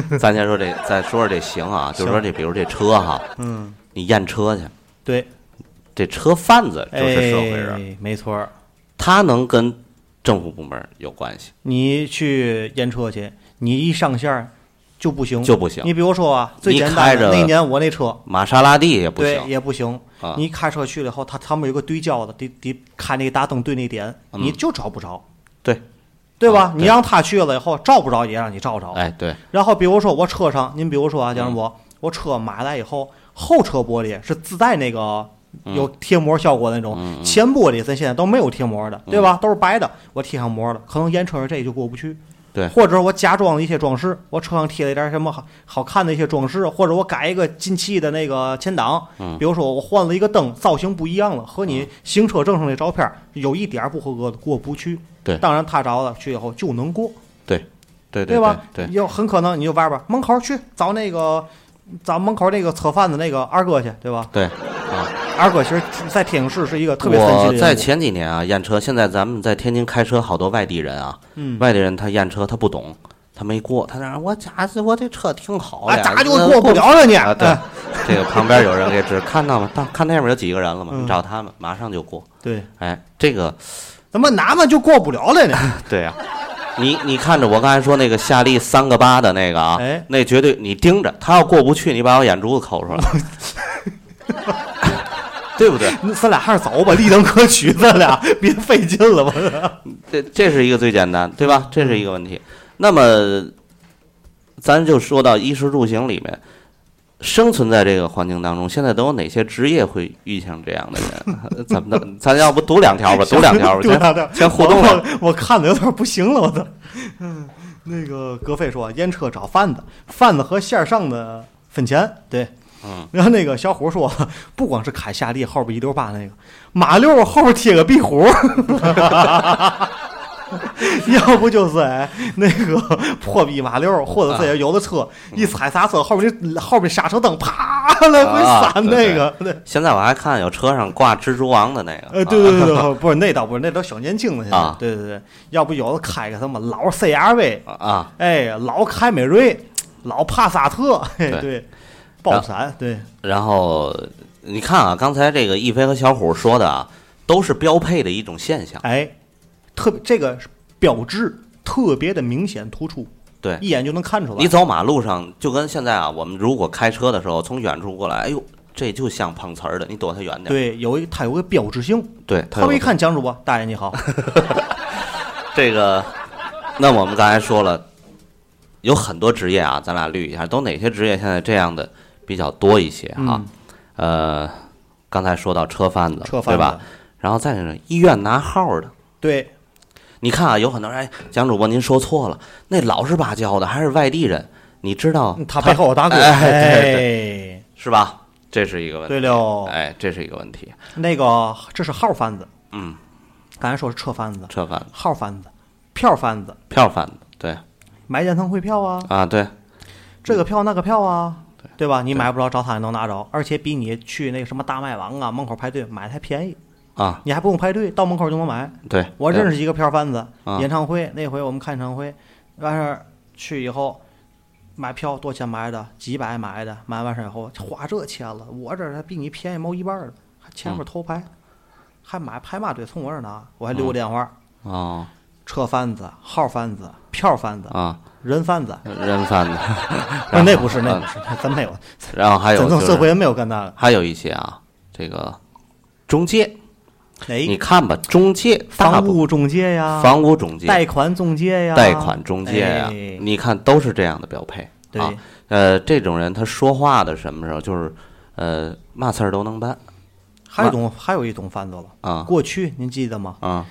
[SPEAKER 4] 嗯
[SPEAKER 5] 咱先说这，再说说这行啊，就说这，比如这车哈，
[SPEAKER 4] 嗯，
[SPEAKER 5] 你验车去，
[SPEAKER 4] 对，
[SPEAKER 5] 这车贩子就是社会人，
[SPEAKER 4] 哎，没错儿。
[SPEAKER 5] 他能跟政府部门有关系，
[SPEAKER 4] 你去验车去，你一上线儿就不行，
[SPEAKER 5] 就不行
[SPEAKER 4] 你比如说啊，最简
[SPEAKER 5] 开
[SPEAKER 4] 单的
[SPEAKER 5] 着
[SPEAKER 4] 那年我那车，
[SPEAKER 5] 玛莎拉蒂也不
[SPEAKER 4] 哦对
[SPEAKER 5] 行，
[SPEAKER 4] 也不行
[SPEAKER 5] 啊。
[SPEAKER 4] 你开车去了以后，他他们有个对焦的，得得看那个大灯对那点，
[SPEAKER 5] 嗯
[SPEAKER 4] 你就找不着，
[SPEAKER 5] 对，
[SPEAKER 4] 对吧
[SPEAKER 5] 啊？对
[SPEAKER 4] 你让他去了以后，照不着也让你照着。
[SPEAKER 5] 哎对，
[SPEAKER 4] 然后比如说我车上，您比如
[SPEAKER 5] 嗯
[SPEAKER 4] 说啊，江博，我车买来以后，后车玻璃是自带那个。
[SPEAKER 5] 嗯
[SPEAKER 4] 有贴膜效果的那种，前玻璃咱现在都没有贴膜的，
[SPEAKER 5] 嗯
[SPEAKER 4] 对吧？都是白的，我贴上膜了，可能验车上这就过不去。
[SPEAKER 5] 对
[SPEAKER 4] 或者我假装了一些装饰，我车上贴了一点什么好好看的一些装饰，或者我改一个进气的那个前挡，
[SPEAKER 5] 嗯
[SPEAKER 4] 比如说我换了一个灯，造型不一样了，和你行车证上的照片有一点不合格的，过不去。
[SPEAKER 5] 对
[SPEAKER 4] 当然他着了去以后就能过。
[SPEAKER 5] 对
[SPEAKER 4] 对吧？
[SPEAKER 5] 对，
[SPEAKER 4] 有很可能你就外边儿门口去找那个，找门口那个车贩子那个二哥去，对吧？
[SPEAKER 5] 对啊，
[SPEAKER 4] 二哥其实，在天津市是一 个特别神奇
[SPEAKER 5] 我
[SPEAKER 4] 的
[SPEAKER 5] 在
[SPEAKER 4] 人物
[SPEAKER 5] 前几年啊，验车，现在咱们在天津开车，好多外地人啊，
[SPEAKER 4] 嗯
[SPEAKER 5] 外地人他验车他不懂，他没过，他在那儿我家是我这车挺好
[SPEAKER 4] 哎
[SPEAKER 5] 呀，
[SPEAKER 4] 咋就
[SPEAKER 5] 那
[SPEAKER 4] 过不了了呢
[SPEAKER 5] 啊对
[SPEAKER 4] 哎，
[SPEAKER 5] 这个旁边有人给指，看到吗？到看那边有几个人了吗？
[SPEAKER 4] 嗯
[SPEAKER 5] 你找他们，马上就过。
[SPEAKER 4] 对，
[SPEAKER 5] 哎，这个
[SPEAKER 4] 怎么咱们就过不了了呢？
[SPEAKER 5] 对呀、你你看着我刚才说那个夏利三个八的那个啊，
[SPEAKER 4] 哎
[SPEAKER 5] 那绝对你盯着，他要过不去，你把我眼珠子抠出来， 对不对？
[SPEAKER 4] 咱俩还是走吧，立正可取，咱俩别费劲了吧？
[SPEAKER 5] 这这是一个最简单，对吧？这是一个问题。那么，咱就说到衣食住行里面，生存在这个环境当中，现在都有哪些职业会遇上这样的人？ 咱们的，咱要不读两条吧，读两条 吧，
[SPEAKER 4] 读两条
[SPEAKER 5] 先先互动了。
[SPEAKER 4] 我 我看的有点不行了，我操！嗯，那个葛飞说，验车找贩子，贩子和线上的分钱，对。
[SPEAKER 5] 嗯，
[SPEAKER 4] 然后那个小虎说，不光是开夏利，后边一六八那个马六后边贴个壁虎， 要不就是哎那个破逼马六，或者
[SPEAKER 5] 啊
[SPEAKER 4] 是有的车
[SPEAKER 5] 嗯
[SPEAKER 4] 一踩刹车，后边那后边刹车灯啪来回
[SPEAKER 5] 啊
[SPEAKER 4] 闪
[SPEAKER 5] 对
[SPEAKER 4] 那个，对。
[SPEAKER 5] 现在我还看有车上挂蜘蛛王的那个，
[SPEAKER 4] 呃，对对对对，不是那倒不是，那都小年轻的现在。
[SPEAKER 5] 啊
[SPEAKER 4] 对对对，要不有的开个他妈老 CRV，
[SPEAKER 5] 啊啊，
[SPEAKER 4] 哎，老凯美瑞，老帕萨特，嘿
[SPEAKER 5] 对啊
[SPEAKER 4] 对，爆闪，对
[SPEAKER 5] 然后你看啊，刚才这个一飞和小虎说的啊，都是标配的一种现象，
[SPEAKER 4] 哎，特别这个标志特别的明显突出，
[SPEAKER 5] 对。
[SPEAKER 4] 一眼就能看出来。
[SPEAKER 5] 哎你走马路上，就跟现在啊，我们如果开车的时候，从远处过来，哎呦，这就像碰瓷儿的，你躲他远点。
[SPEAKER 4] 对，有一它有个标志性，
[SPEAKER 5] 对，
[SPEAKER 4] 他们一
[SPEAKER 5] 有
[SPEAKER 4] 看蒋主播，大爷你 好，
[SPEAKER 5] 这个，那我们刚才说了，有很多职业啊，咱俩捋一下，都哪些职业现在这样的比较多一些啊？呃，刚才说到车贩子，
[SPEAKER 4] 嗯车贩
[SPEAKER 5] 对吧
[SPEAKER 4] 子？
[SPEAKER 5] 然后再有医院拿号的，
[SPEAKER 4] 对，
[SPEAKER 5] 你看啊，有很多人，哎，蒋主播您说错了，那老实巴交的还是外地人，你知道
[SPEAKER 4] 嗯他背后有大哥，
[SPEAKER 5] 哎对对
[SPEAKER 4] 哎，
[SPEAKER 5] 是吧？这是一个问
[SPEAKER 4] 对
[SPEAKER 5] 题，
[SPEAKER 4] 了，
[SPEAKER 5] 哎，这是一个问题，
[SPEAKER 4] 那个这是号贩子，
[SPEAKER 5] 嗯，
[SPEAKER 4] 刚才说是车贩子、
[SPEAKER 5] 车贩子。
[SPEAKER 4] 号贩子、票贩子。
[SPEAKER 5] 票贩子，对
[SPEAKER 4] 买演唱会票啊，
[SPEAKER 5] 啊，对
[SPEAKER 4] 这个票那个票啊，对吧？你买不着，找他也能拿着，而且比你去那个什么大麦网啊门口排队买的还便宜，
[SPEAKER 5] 啊，
[SPEAKER 4] 你还不用排队，到门口就能买。
[SPEAKER 5] 对，
[SPEAKER 4] 我
[SPEAKER 5] 对
[SPEAKER 4] 认识几个票贩子，
[SPEAKER 5] 啊
[SPEAKER 4] 演唱会那回我们看演唱会，完事儿去以后。买票多少钱买的？几百买的，买完事儿以后花这钱了，我这儿还比你便宜毛一半儿了，还前面头排，还买排嘛队从我这儿拿，我还留个电话。
[SPEAKER 5] 哦
[SPEAKER 4] 车贩子、号贩子、票贩子、
[SPEAKER 5] 啊，
[SPEAKER 4] 人贩子，，
[SPEAKER 5] 人贩子
[SPEAKER 4] 啊那不是那不是， 咱没有，
[SPEAKER 5] 然后还有
[SPEAKER 4] 真正
[SPEAKER 5] 哎就
[SPEAKER 4] 社
[SPEAKER 5] 是
[SPEAKER 4] 会人没有干那个。
[SPEAKER 5] 还有一些啊，这个中介，你
[SPEAKER 4] 哎，
[SPEAKER 5] 看吧，中介大
[SPEAKER 4] 房
[SPEAKER 5] 部
[SPEAKER 4] 屋啊中介呀，
[SPEAKER 5] 房屋中介、
[SPEAKER 4] 贷款中介呀，
[SPEAKER 5] 贷款中介呀、
[SPEAKER 4] 啊哎
[SPEAKER 5] 你看都是这样的标配
[SPEAKER 4] 对
[SPEAKER 5] 啊。呃，这种人他说话的什么时候就是呃嘛事儿都能办
[SPEAKER 4] 还有一种还有一种贩子了
[SPEAKER 5] 啊
[SPEAKER 4] 过去您记得吗？
[SPEAKER 5] 啊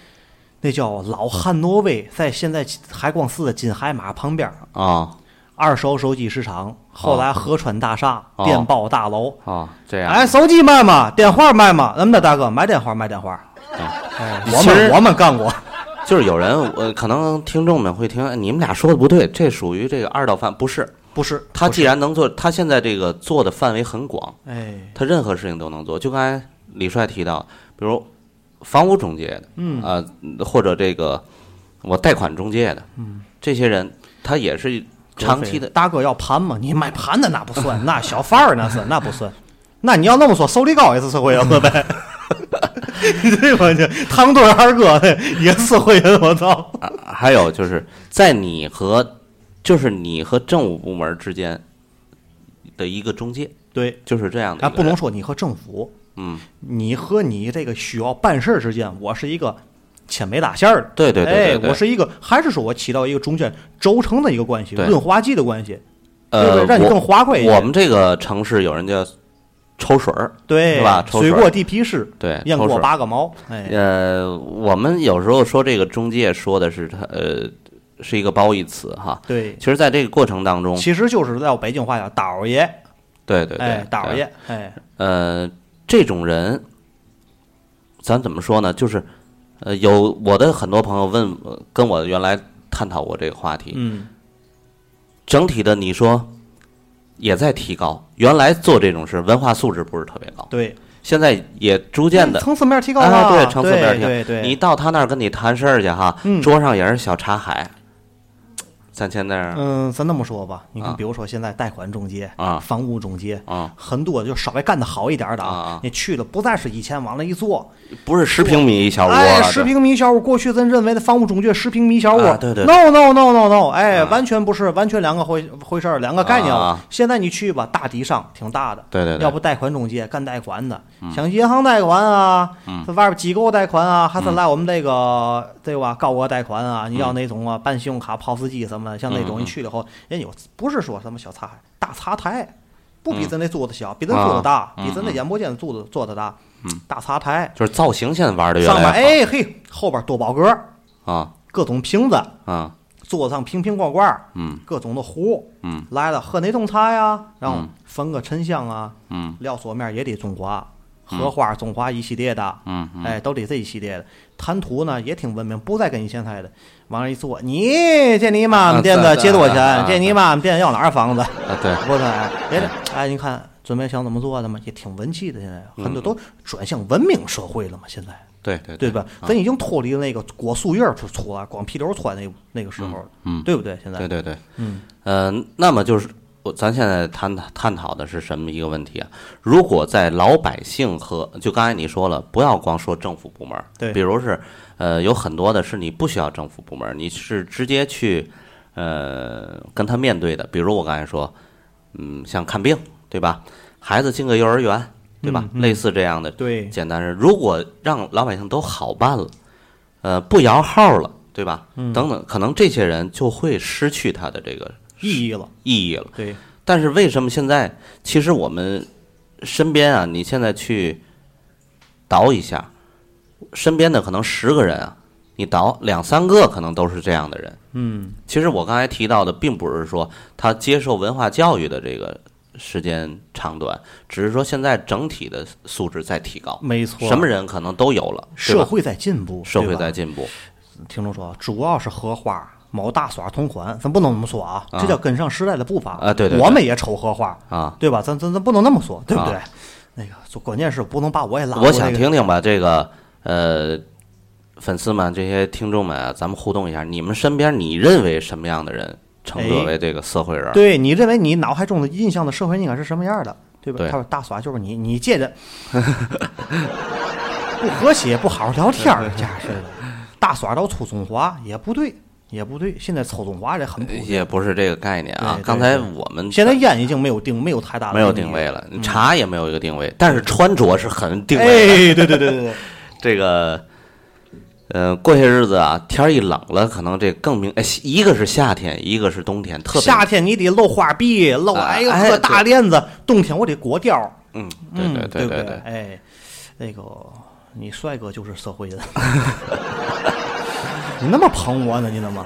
[SPEAKER 4] 那叫老汉诺威，在现在海光寺的金海马旁边儿，
[SPEAKER 5] 啊
[SPEAKER 4] 二手手机市
[SPEAKER 5] 哦
[SPEAKER 4] 场，后来河川大厦、电报大楼。
[SPEAKER 5] 啊，哦这样。
[SPEAKER 4] 哎，手机卖吗？电话卖吗？咱们的大哥买电话卖电话。哎，我
[SPEAKER 5] 哦其实
[SPEAKER 4] 们我们干过。
[SPEAKER 5] 就是有人，呃，可能听众们会听，哎你们俩说的不对，这属于这个二道贩，不是？
[SPEAKER 4] 不是
[SPEAKER 5] 他
[SPEAKER 4] 不是
[SPEAKER 5] 既然能做，他现在这个做的范围很广，
[SPEAKER 4] 哎，
[SPEAKER 5] 他任何事情都能做。就刚才李帅提到，比如房屋中介的，嗯啊、或者这个我贷款中介的，嗯，这些人他也是长期的，
[SPEAKER 4] 大哥要盘嘛，你买盘的那不算，那小贩儿那是那不算。那你要那么说，手里高也是社会人了呗？ 对吧？这汤墩儿二哥也是社会人，我操！
[SPEAKER 5] 啊还有就是在你和就是你和政府部门之间的一个中介，
[SPEAKER 4] 对，
[SPEAKER 5] 就是这样的一个
[SPEAKER 4] 啊，
[SPEAKER 5] 人，
[SPEAKER 4] 不能说你和政府，
[SPEAKER 5] 嗯，
[SPEAKER 4] 你和你这个需要办事儿之间，我是一个牵眉搭线儿的。
[SPEAKER 5] 对对对对
[SPEAKER 4] 哎，
[SPEAKER 5] 对
[SPEAKER 4] 我是一个，还是说我起到一个中间轴承的一个关系，
[SPEAKER 5] 对
[SPEAKER 4] 润滑剂的关系，对不对？
[SPEAKER 5] 呃，
[SPEAKER 4] 让你
[SPEAKER 5] 我
[SPEAKER 4] 更滑快一些。
[SPEAKER 5] 我们这个城市有人叫抽水儿，
[SPEAKER 4] 对
[SPEAKER 5] 是吧抽
[SPEAKER 4] 水
[SPEAKER 5] 水
[SPEAKER 4] 过地皮湿，
[SPEAKER 5] 对
[SPEAKER 4] 雁
[SPEAKER 5] 抽
[SPEAKER 4] 过
[SPEAKER 5] 水
[SPEAKER 4] 八个毛。哎，
[SPEAKER 5] 呃，我们有时候说这个中介说的是他呃是一个褒义词哈，
[SPEAKER 4] 对
[SPEAKER 5] 其，实在这个过程当中，
[SPEAKER 4] 其实就是要北京话叫倒儿爷。
[SPEAKER 5] 对对
[SPEAKER 4] 哎
[SPEAKER 5] 对，，
[SPEAKER 4] 大老
[SPEAKER 5] 对
[SPEAKER 4] 爷，哎，
[SPEAKER 5] 呃，这种人，咱怎么说呢？就是呃，有我的很多朋友问我跟我原来探讨过这个话题，
[SPEAKER 4] 嗯，
[SPEAKER 5] 整体的你说也在提高，原来做这种事文化素质不是特别高，
[SPEAKER 4] 对，
[SPEAKER 5] 现在也逐渐的。
[SPEAKER 4] 层次面提高
[SPEAKER 5] 啊，
[SPEAKER 4] 了，
[SPEAKER 5] 对，层次面提高
[SPEAKER 4] 对对，
[SPEAKER 5] 你到他那儿跟你谈事儿去哈，
[SPEAKER 4] 嗯
[SPEAKER 5] 桌上也是小茶海。咱现在啊
[SPEAKER 4] 嗯，咱那么说吧，你看
[SPEAKER 5] 啊
[SPEAKER 4] 比如说现在贷款中介
[SPEAKER 5] 啊
[SPEAKER 4] 房屋中介
[SPEAKER 5] 啊，
[SPEAKER 4] 很多就稍微干得好一点的
[SPEAKER 5] 啊啊
[SPEAKER 4] 你去了不再是以前往那一坐，
[SPEAKER 5] 不是十平米一小屋啊
[SPEAKER 4] 哎，
[SPEAKER 5] 了，
[SPEAKER 4] 十平米小屋，过去咱认为的房屋中介十平米小屋，
[SPEAKER 5] 啊对对
[SPEAKER 4] n o no no no no，哎，
[SPEAKER 5] 啊
[SPEAKER 4] 完全不是，完全两个回回事儿，两个概念了。
[SPEAKER 5] 啊
[SPEAKER 4] 现在你去吧，大体上挺大的，
[SPEAKER 5] 对对对
[SPEAKER 4] 要不贷款中介干贷款的，想银行贷款啊，
[SPEAKER 5] 嗯
[SPEAKER 4] 在外边机构贷款啊，还是来我们这个对吧高额贷款
[SPEAKER 5] 嗯
[SPEAKER 4] 啊，你要那种啊办信用卡、POS 机什么的，像那种你去了以后，人家有不是说什么小茶海，大茶台。不
[SPEAKER 5] 嗯
[SPEAKER 4] 比咱那桌子小，比咱桌子大，
[SPEAKER 5] 啊
[SPEAKER 4] 比咱那演播间桌子桌子大，
[SPEAKER 5] 嗯
[SPEAKER 4] 大茶台，
[SPEAKER 5] 就是造型现在玩的越
[SPEAKER 4] 上面
[SPEAKER 5] 来越
[SPEAKER 4] 哎嘿，后边多宝格，
[SPEAKER 5] 好啊
[SPEAKER 4] 各种瓶子，
[SPEAKER 5] 啊
[SPEAKER 4] 桌子上瓶瓶罐罐，
[SPEAKER 5] 嗯
[SPEAKER 4] 各种的壶，
[SPEAKER 5] 嗯
[SPEAKER 4] 来了喝哪种茶呀？然后
[SPEAKER 5] 嗯
[SPEAKER 4] 焚个沉香啊，
[SPEAKER 5] 嗯
[SPEAKER 4] 料锁面也得中华，荷花、中华一系列的，
[SPEAKER 5] 嗯嗯
[SPEAKER 4] 哎，都得这一系列的。谈吐呢也挺文明，不再跟以前似的。往那一坐，你这你妈妈店
[SPEAKER 5] 啊
[SPEAKER 4] 的
[SPEAKER 5] 对
[SPEAKER 4] 借多少
[SPEAKER 5] 啊啊
[SPEAKER 4] 钱？
[SPEAKER 5] 啊
[SPEAKER 4] 这你妈妈店要哪儿房 子？
[SPEAKER 5] 啊对，
[SPEAKER 4] 不是，也
[SPEAKER 5] 嗯
[SPEAKER 4] 得哎，你看准备想怎么做的嘛，也挺文气的。现在
[SPEAKER 5] 嗯
[SPEAKER 4] 很多都转向文明社会了嘛，现在。
[SPEAKER 5] 对对
[SPEAKER 4] 对吧？咱已经脱离了那个裹素叶儿出出来，光屁溜儿穿那那个时候了，
[SPEAKER 5] 嗯嗯
[SPEAKER 4] 对不对？现在
[SPEAKER 5] 对对对，嗯，呃，那么就是我咱现在探探讨的是什么一个问题啊？如果在老百姓和就刚才你说了，不要光说政府部门儿，
[SPEAKER 4] 对
[SPEAKER 5] 比如是呃，有很多的是你不需要政府部门儿，你是直接去呃跟他面对的，比如我刚才说，嗯，像看病对吧？孩子进个幼儿园对吧？类似这样的，
[SPEAKER 4] 嗯对
[SPEAKER 5] 简单是，如果让老百姓都好办了，呃，不摇号了，对吧？
[SPEAKER 4] 嗯
[SPEAKER 5] 等等，可能这些人就会失去他的这个
[SPEAKER 4] 意义了，
[SPEAKER 5] 意义了。
[SPEAKER 4] 对，
[SPEAKER 5] 但是为什么现在其实我们身边啊，你现在去倒一下，身边的可能十个人啊，你倒两三个可能都是这样的人。
[SPEAKER 4] 嗯，
[SPEAKER 5] 其实我刚才提到的，并不是说他接受文化教育的这个时间长短，只是说现在整体的素质在提高。
[SPEAKER 4] 没错，
[SPEAKER 5] 什么人可能都有了，对
[SPEAKER 4] 社
[SPEAKER 5] 吧
[SPEAKER 4] 会在进步，
[SPEAKER 5] 社会
[SPEAKER 4] 对吧
[SPEAKER 5] 在进步，
[SPEAKER 4] 听众说，啊主要是荷花、某大耍同款，咱不能那么说啊，
[SPEAKER 5] 啊
[SPEAKER 4] 这叫跟上时代的步伐
[SPEAKER 5] 啊对对对
[SPEAKER 4] 我们也瞅荷花
[SPEAKER 5] 啊
[SPEAKER 4] 对吧？咱咱咱不能那么说，对不对？
[SPEAKER 5] 啊
[SPEAKER 4] 那个，就关键是不能把我也拉入
[SPEAKER 5] 我
[SPEAKER 4] 那
[SPEAKER 5] 想
[SPEAKER 4] 个
[SPEAKER 5] 听听吧，这个呃，粉丝们、这些听众们啊，咱们互动一下，你们身边你认为什么样的人称作
[SPEAKER 4] 哎
[SPEAKER 5] 为这个社会人儿？
[SPEAKER 4] 对你认为你脑海中的印象的社会应该是什么样的，对吧？
[SPEAKER 5] 对
[SPEAKER 4] 他说大耍就是你，你借着不和谐，不好好聊天儿，家 似的。大耍到抽中华也不对，也不对。现在抽中华这很普遍，
[SPEAKER 5] 呃也不是这个概念啊
[SPEAKER 4] 对。对
[SPEAKER 5] 刚才
[SPEAKER 4] 对
[SPEAKER 5] 我们
[SPEAKER 4] 现在嗯烟已经没有定，没有太大的
[SPEAKER 5] 没有定位了，茶也没有一个定位，但是穿着是很定位的。
[SPEAKER 4] 哎，对对对对对，
[SPEAKER 5] 这个，呃，过些日子啊，天儿一冷了，可能这更明，哎一个是夏天，一个是冬天，特别
[SPEAKER 4] 夏天你得露花臂，露
[SPEAKER 5] 啊
[SPEAKER 4] 哎呦
[SPEAKER 5] 哎
[SPEAKER 4] 这大链子，冬天我得裹貂儿，
[SPEAKER 5] 嗯，
[SPEAKER 4] 嗯，
[SPEAKER 5] 对
[SPEAKER 4] 对
[SPEAKER 5] 对
[SPEAKER 4] 不
[SPEAKER 5] 对，
[SPEAKER 4] 哎，那个你帅哥就是社 会人，你那么捧我呢？你怎么？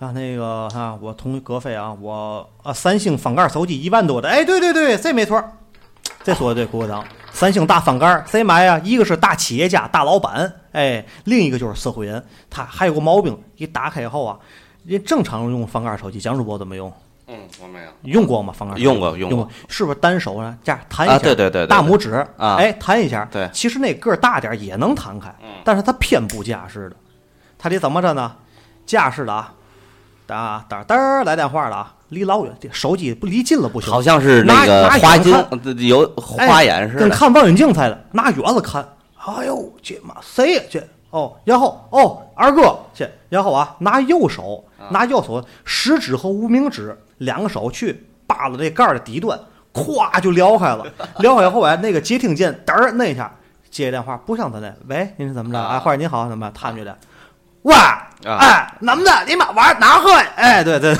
[SPEAKER 4] 啊，那个啊，我同格菲啊，我啊，三星翻盖手机一万多的，哎，对对对，这没错儿，这说的对，郭长，三星大翻盖儿谁买呀、啊一个是大企业家、大老板，哎，另一个就是社会人，他还有个毛病，一打开以后啊，人正常用翻盖手机，蒋主播怎么用？
[SPEAKER 5] 嗯，我没有。
[SPEAKER 4] 用过吗？翻盖手机
[SPEAKER 5] 用过用
[SPEAKER 4] 用
[SPEAKER 5] 过
[SPEAKER 4] 是不是单手呢？这样弹一
[SPEAKER 5] 啊
[SPEAKER 4] 下，
[SPEAKER 5] 对对对对
[SPEAKER 4] 大拇指
[SPEAKER 5] 啊
[SPEAKER 4] 哎，弹一下，
[SPEAKER 5] 对嗯
[SPEAKER 4] 其实那个儿大点儿也能弹开，但是它偏不架势的，它得怎么着呢？架势的啊，哒哒哒儿来电话了啊，离老远，手机不离近了不行，
[SPEAKER 5] 好像是那个
[SPEAKER 4] 拿拿远
[SPEAKER 5] 花金
[SPEAKER 4] 看
[SPEAKER 5] 有
[SPEAKER 4] 哎
[SPEAKER 5] 花眼似
[SPEAKER 4] 跟
[SPEAKER 5] 的，
[SPEAKER 4] 看望远镜似的，拿远了看，哎呦，这妈谁呀这？哦，然后哦，二哥这，然后啊，拿右手，
[SPEAKER 5] 啊
[SPEAKER 4] 拿右手食指和无名指两个手去扒拉这盖儿的底端，咵就撩开 了，撩开后啊，那个接听键嘚儿那一下接电话，不像咱那，喂，您是怎么着？
[SPEAKER 5] 啊
[SPEAKER 4] 啊，或者您好，怎么着？他们就这，喂，
[SPEAKER 5] 啊
[SPEAKER 4] 哎，怎么的？你妈玩哪儿喝呀？哎，对对，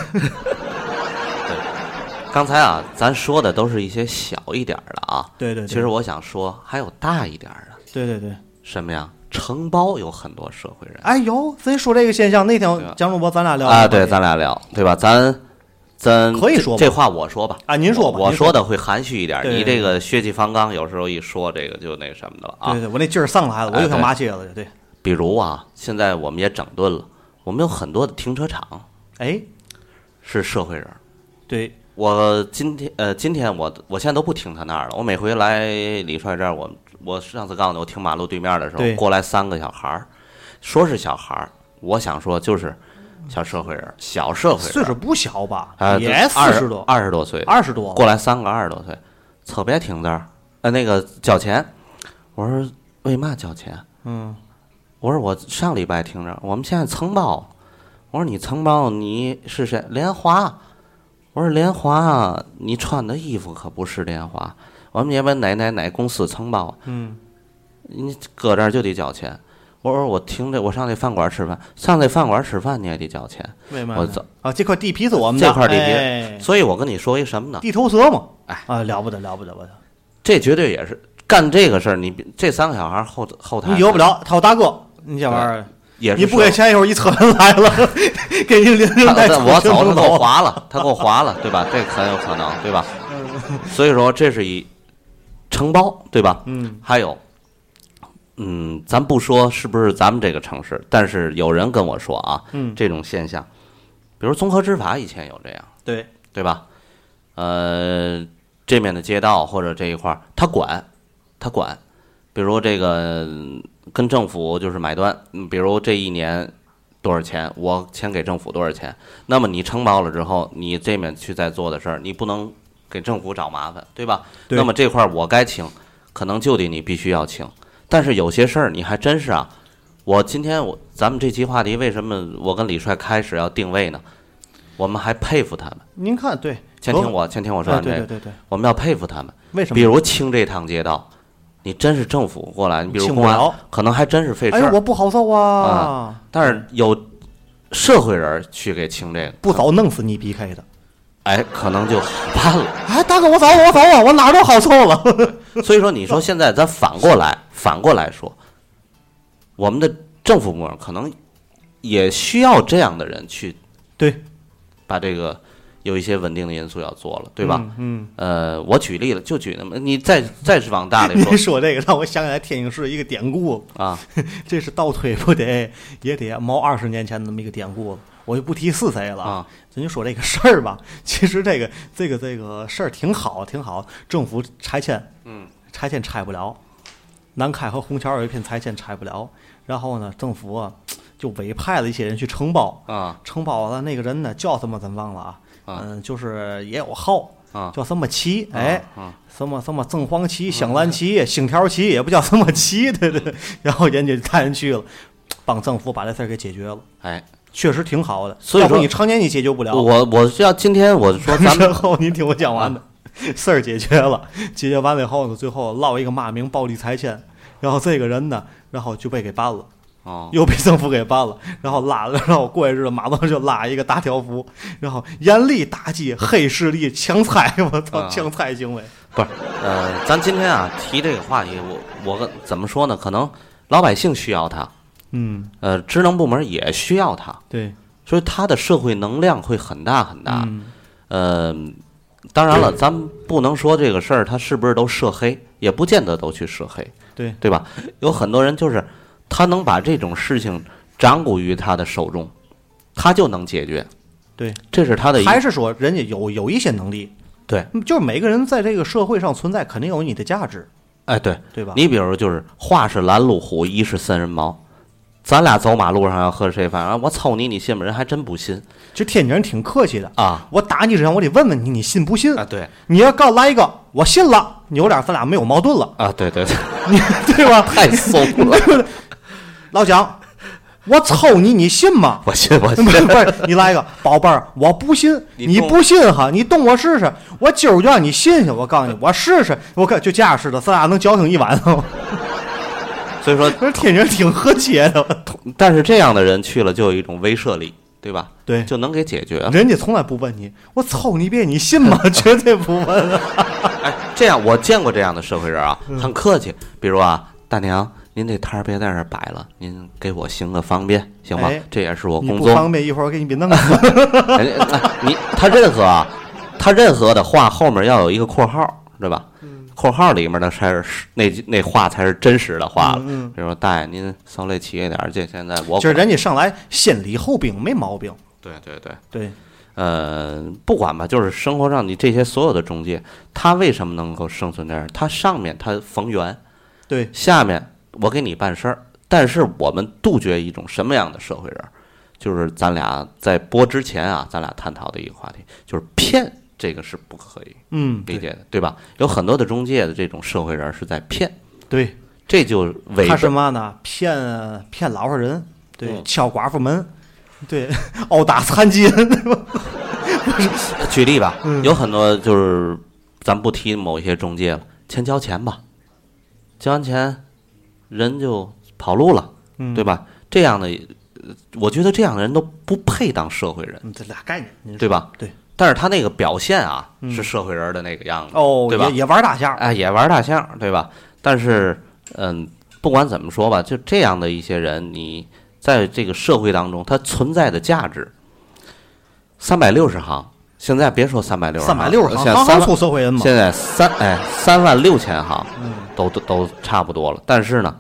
[SPEAKER 5] 刚才啊，咱说的都是一些小一点儿的啊。
[SPEAKER 4] 对对对
[SPEAKER 5] 其实我想说，还有大一点儿的，
[SPEAKER 4] 对对对。
[SPEAKER 5] 什么呀？承包有很多社会人
[SPEAKER 4] 哎呦，咱说这个现象，那天
[SPEAKER 5] 对啊
[SPEAKER 4] 蒋主播咱俩聊
[SPEAKER 5] 啊，
[SPEAKER 4] 的
[SPEAKER 5] 对，
[SPEAKER 4] 话题
[SPEAKER 5] 咱俩聊，对吧？咱咱
[SPEAKER 4] 可以
[SPEAKER 5] 这
[SPEAKER 4] 说吧
[SPEAKER 5] 这话，我说吧。
[SPEAKER 4] 啊您说吧
[SPEAKER 5] 我我
[SPEAKER 4] 您说
[SPEAKER 5] 说的会含蓄一点儿。
[SPEAKER 4] 对
[SPEAKER 5] 你
[SPEAKER 4] 对
[SPEAKER 5] 这个血气方刚，有时候一说这个就那什么的了啊。
[SPEAKER 4] 对对，我那劲儿上来了，我
[SPEAKER 5] 哎
[SPEAKER 4] 就想
[SPEAKER 5] 对
[SPEAKER 4] 骂街了，就对。
[SPEAKER 5] 比如啊，现在我们也整顿了，我们有很多的停车场
[SPEAKER 4] 哎，
[SPEAKER 5] 是社会人儿，
[SPEAKER 4] 对，
[SPEAKER 5] 我今天呃，今天我我现在都不听他那儿了。我每回来李帅这儿，我我上次告诉你，我听马路对面的时
[SPEAKER 4] 对
[SPEAKER 5] 候，过来三个小孩儿，说是小孩儿，我想说就是小社会人儿，小社会人儿
[SPEAKER 4] 岁数不小吧
[SPEAKER 5] 啊，，都
[SPEAKER 4] 也四
[SPEAKER 5] 二
[SPEAKER 4] 十多，
[SPEAKER 5] 二十多岁，
[SPEAKER 4] 二十多
[SPEAKER 5] 过来三个二十多岁，操，别停这儿，呃，那个交钱。我说为嘛交钱？
[SPEAKER 4] 嗯，
[SPEAKER 5] 我说我上礼拜听着，我们现在承包。我说你承包你是谁？莲花。我说莲花，你穿的衣服可不是莲花，我们也把哪哪哪公司承包。嗯，你搁这儿就得交钱。我说我听着，我上那饭馆吃饭，上那饭馆吃饭你也得交钱。
[SPEAKER 4] 为嘛
[SPEAKER 5] 我
[SPEAKER 4] 呢
[SPEAKER 5] 走
[SPEAKER 4] 啊，这块地皮是我们的
[SPEAKER 5] 这块地皮，
[SPEAKER 4] 哎
[SPEAKER 5] 所以我跟你说一什么呢？
[SPEAKER 4] 地头蛇嘛，
[SPEAKER 5] 哎
[SPEAKER 4] 啊，了不得了不得了不得，
[SPEAKER 5] 这绝对也是干这个事儿。你别这三个小孩儿后后台
[SPEAKER 4] 你有不了，他说大哥，你这玩意
[SPEAKER 5] 哎
[SPEAKER 4] 儿
[SPEAKER 5] 也是
[SPEAKER 4] 你不给
[SPEAKER 5] 说
[SPEAKER 4] 钱，一会儿一车人来了， 给你零零
[SPEAKER 5] 他
[SPEAKER 4] 带
[SPEAKER 5] 他我走，他
[SPEAKER 4] 了
[SPEAKER 5] 给我划了，他给我划了，对吧？这很有可能，对吧？所以说这是一承包，对吧？
[SPEAKER 4] 嗯，
[SPEAKER 5] 还有，嗯，咱不说是不是咱们这个城市，但是有人跟我说啊，
[SPEAKER 4] 嗯
[SPEAKER 5] 这种现象，比如综合执法以前有这样，
[SPEAKER 4] 对，
[SPEAKER 5] 对吧？呃，这面的街道或者这一块儿，他管，他管。比如这个嗯跟政府就是买断，嗯比如这一年多少钱，我钱给政府多少钱。那么你承包了之后，你这面去再做的事儿，你不能给政府找麻烦，对吧？
[SPEAKER 4] 对
[SPEAKER 5] 那么这块儿我该请，可能就得你必须要请。但是有些事儿你还真是啊，我今天我咱们这期话题为什么我跟李帅开始要定位呢？我们还佩服他们。
[SPEAKER 4] 您看对，
[SPEAKER 5] 先听我，先听我说
[SPEAKER 4] 啊，
[SPEAKER 5] 完这
[SPEAKER 4] 对对
[SPEAKER 5] 个，
[SPEAKER 4] 对对，
[SPEAKER 5] 我们要佩服他们。
[SPEAKER 4] 为什么？
[SPEAKER 5] 比如清这趟街道，你真是政府过来，你比如
[SPEAKER 4] 清
[SPEAKER 5] 公
[SPEAKER 4] 不了
[SPEAKER 5] 安，可能还真是费事
[SPEAKER 4] 哎，
[SPEAKER 5] 儿。
[SPEAKER 4] 我不好受啊，
[SPEAKER 5] 但是有社会人儿去给清这个，
[SPEAKER 4] 不早弄死你 PK 的。
[SPEAKER 5] 哎，可能就好办了。
[SPEAKER 4] 哎，大哥，我走，我走啊，我哪儿都好受了。
[SPEAKER 5] 所以说，你说现在咱反过来，反过来说，我们的政府部门可能也需要这样的人去
[SPEAKER 4] 对，
[SPEAKER 5] 把这个有一些稳定的因素要做了，对吧？
[SPEAKER 4] 嗯，
[SPEAKER 5] 呃，我举例了，就举那么，你再再是往大里
[SPEAKER 4] 您
[SPEAKER 5] 说
[SPEAKER 4] 说这个让我想起来天津市一个典故，
[SPEAKER 5] 啊，
[SPEAKER 4] 这是倒推不得也得毛二十年前的那么一个典故了，我就不提是谁了
[SPEAKER 5] 啊。
[SPEAKER 4] 咱就说这个事儿吧，其实这个这个这个事儿挺好，挺好。政府拆迁，嗯，拆迁拆不了，南开和红桥有一片拆迁拆不了，然后呢，政府啊就委派了一些人去承包，
[SPEAKER 5] 啊，
[SPEAKER 4] 承包了那个人呢叫什么咱忘了啊，
[SPEAKER 5] 啊
[SPEAKER 4] 嗯，就是也有号。
[SPEAKER 5] 啊
[SPEAKER 4] 叫什么旗？哎，
[SPEAKER 5] 啊
[SPEAKER 4] 什么什么正黄旗、镶蓝旗、星条旗，也不叫什么旗，对对。然后人家就带人去了，帮政府把这事儿给解决了，
[SPEAKER 5] 哎，
[SPEAKER 4] 确实挺好的。
[SPEAKER 5] 所以
[SPEAKER 4] 要不
[SPEAKER 5] 说
[SPEAKER 4] 你常年你解决不了，
[SPEAKER 5] 我我是要今天我说咱
[SPEAKER 4] 然
[SPEAKER 5] 们
[SPEAKER 4] 后您听我讲 完的，事儿解决了，解决完了以后呢，最后落一个骂名暴力拆迁，然后这个人呢，然后就被给办了，
[SPEAKER 5] 哦，
[SPEAKER 4] 又被政府给办了，然后拉了，然后过些日子马路上就拉一个大条幅，然后严厉打击黑势力强拆，我操，
[SPEAKER 5] 啊
[SPEAKER 4] 强拆行为，
[SPEAKER 5] 不是，呃，咱今天啊提这个话题，我我跟怎么说呢？可能老百姓需要它，
[SPEAKER 4] 嗯，
[SPEAKER 5] 呃，职能部门也需要它，
[SPEAKER 4] 对，
[SPEAKER 5] 所以它的社会能量会很大很大。嗯、呃，当然了，咱不能说这个事儿它是不是都涉黑，也不见得都去涉黑，
[SPEAKER 4] 对
[SPEAKER 5] 对吧？有很多人就是他能把这种事情掌鼓于他的手中，他就能解决，
[SPEAKER 4] 对，
[SPEAKER 5] 这是他的一
[SPEAKER 4] 还是说人家有有一些能力，
[SPEAKER 5] 对，
[SPEAKER 4] 就是每个人在这个社会上存在，肯定有你的价值，
[SPEAKER 5] 哎对。
[SPEAKER 4] 对吧？
[SPEAKER 5] 你比如就是话是拦路虎，一是三人毛，咱俩走马路上要喝谁饭啊？我抽你，你信不？人还真不信
[SPEAKER 4] 其实天津人挺客气的，
[SPEAKER 5] 啊
[SPEAKER 4] 我打你之前我得问问你，你信不信？
[SPEAKER 5] 啊！对
[SPEAKER 4] 你要告来一个，我信了，扭脸咱俩没有矛盾了，
[SPEAKER 5] 啊，对对对，
[SPEAKER 4] 对 吧？
[SPEAKER 5] 太怂了，
[SPEAKER 4] 老蒋，我抽你，你信吗？
[SPEAKER 5] 我 信我信
[SPEAKER 4] 不。是，你来一个，宝贝儿，我不信，
[SPEAKER 5] 你
[SPEAKER 4] 你
[SPEAKER 5] 动
[SPEAKER 4] 不信哈，你动我试试，我今儿就让你信信，我告诉你，我试试，我看就这样似的，咱俩能矫情一晚上。
[SPEAKER 5] 所以说，
[SPEAKER 4] 可是 天津人挺和谐的，
[SPEAKER 5] 但是这样的人去了就有一种威慑力，对吧？
[SPEAKER 4] 对
[SPEAKER 5] 就能给解决。
[SPEAKER 4] 人家从来不问你，我操你别，你信 吗？绝对不问啊。
[SPEAKER 5] 哎，这样我见过这样的社会人啊，
[SPEAKER 4] 嗯
[SPEAKER 5] 很客气。比如啊，大娘，您这摊儿别在这儿摆了，您给我行个方便行吗
[SPEAKER 4] 哎？
[SPEAKER 5] 这也是我
[SPEAKER 4] 你
[SPEAKER 5] 工
[SPEAKER 4] 不
[SPEAKER 5] 作。
[SPEAKER 4] 方便，一会儿我给你别弄死。
[SPEAKER 5] 哎哎你他任何啊，他任何的话后面要有一个括号，对吧？括号里面的才是那句那话才是真实的话了。比如说大爷，您稍微起一点儿，这现在我
[SPEAKER 4] 就是人家上来先礼后兵，没毛病。
[SPEAKER 5] 对对对，
[SPEAKER 4] 对，
[SPEAKER 5] 呃，不管吧，就是生活上你这些所有的中介，他为什么能够生存这样？他上面他逢源，
[SPEAKER 4] 对，
[SPEAKER 5] 下面我给你办事儿，但是我们杜绝一种什么样的社会人儿？就是咱俩在播之前啊，咱俩探讨的一个话题，就是骗，这个是不可以
[SPEAKER 4] 嗯，
[SPEAKER 5] 理
[SPEAKER 4] 对
[SPEAKER 5] 解的，对吧？有很多的中介的这种社会人儿是在骗，
[SPEAKER 4] 对，
[SPEAKER 5] 这就违
[SPEAKER 4] 他是
[SPEAKER 5] 背
[SPEAKER 4] 嘛呢？骗骗老实人，对，
[SPEAKER 5] 嗯
[SPEAKER 4] 敲寡妇门，对， 殴打残疾人， 对吧？
[SPEAKER 5] 举例吧，有很多就是咱不提某一些中介了，先交钱吧，交完钱人就跑路了，
[SPEAKER 4] 嗯
[SPEAKER 5] 对吧？这样的，呃我觉得这样的人都不配当社会人，
[SPEAKER 4] 嗯这俩概念，您说
[SPEAKER 5] 对吧？
[SPEAKER 4] 对。嗯
[SPEAKER 5] 但是他那个表现啊，是社会人的那个样子，
[SPEAKER 4] 哦，
[SPEAKER 5] 对吧
[SPEAKER 4] 也？也玩大下，
[SPEAKER 5] 哎，也玩大象，对吧？但是，嗯，不管怎么说吧，就这样的一些人，你在这个社会当中，它存在的价值，三百六十行，现在别说三百六十，
[SPEAKER 4] 三百六十行，
[SPEAKER 5] 现在
[SPEAKER 4] 行
[SPEAKER 5] 三
[SPEAKER 4] 行
[SPEAKER 5] 万
[SPEAKER 4] 出社会人嘛，嗯
[SPEAKER 5] 现在三哎三万六千行，都都都差不多了。但是呢，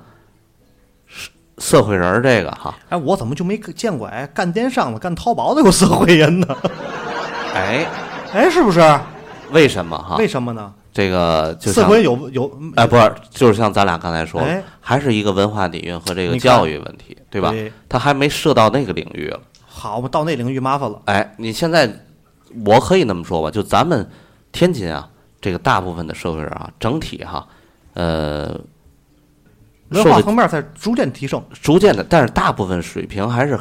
[SPEAKER 5] 社社会人儿这个哈，
[SPEAKER 4] 哎，我怎么就没见过哎干电商的、干淘宝的有社会人呢？
[SPEAKER 5] 哎，
[SPEAKER 4] 哎，是不是？
[SPEAKER 5] 为什么哈？
[SPEAKER 4] 为什么呢？
[SPEAKER 5] 这个啊就
[SPEAKER 4] 社
[SPEAKER 5] 像
[SPEAKER 4] 会有有
[SPEAKER 5] 哎，不是，就是像咱俩刚才说
[SPEAKER 4] 哎
[SPEAKER 5] 的，还是一个文化底蕴和这个
[SPEAKER 4] 你看
[SPEAKER 5] 教育问题，对吧
[SPEAKER 4] 对？
[SPEAKER 5] 他还没涉到那个领域了。
[SPEAKER 4] 好嘛？到那领域麻烦了，
[SPEAKER 5] 哎，你现在我可以那么说吧，就咱们天津啊，这个大部分的社会人啊，整体哈、呃，
[SPEAKER 4] 文
[SPEAKER 5] 受
[SPEAKER 4] 化
[SPEAKER 5] 的
[SPEAKER 4] 层面在逐渐提升。
[SPEAKER 5] 逐渐的，但是大部分水平还是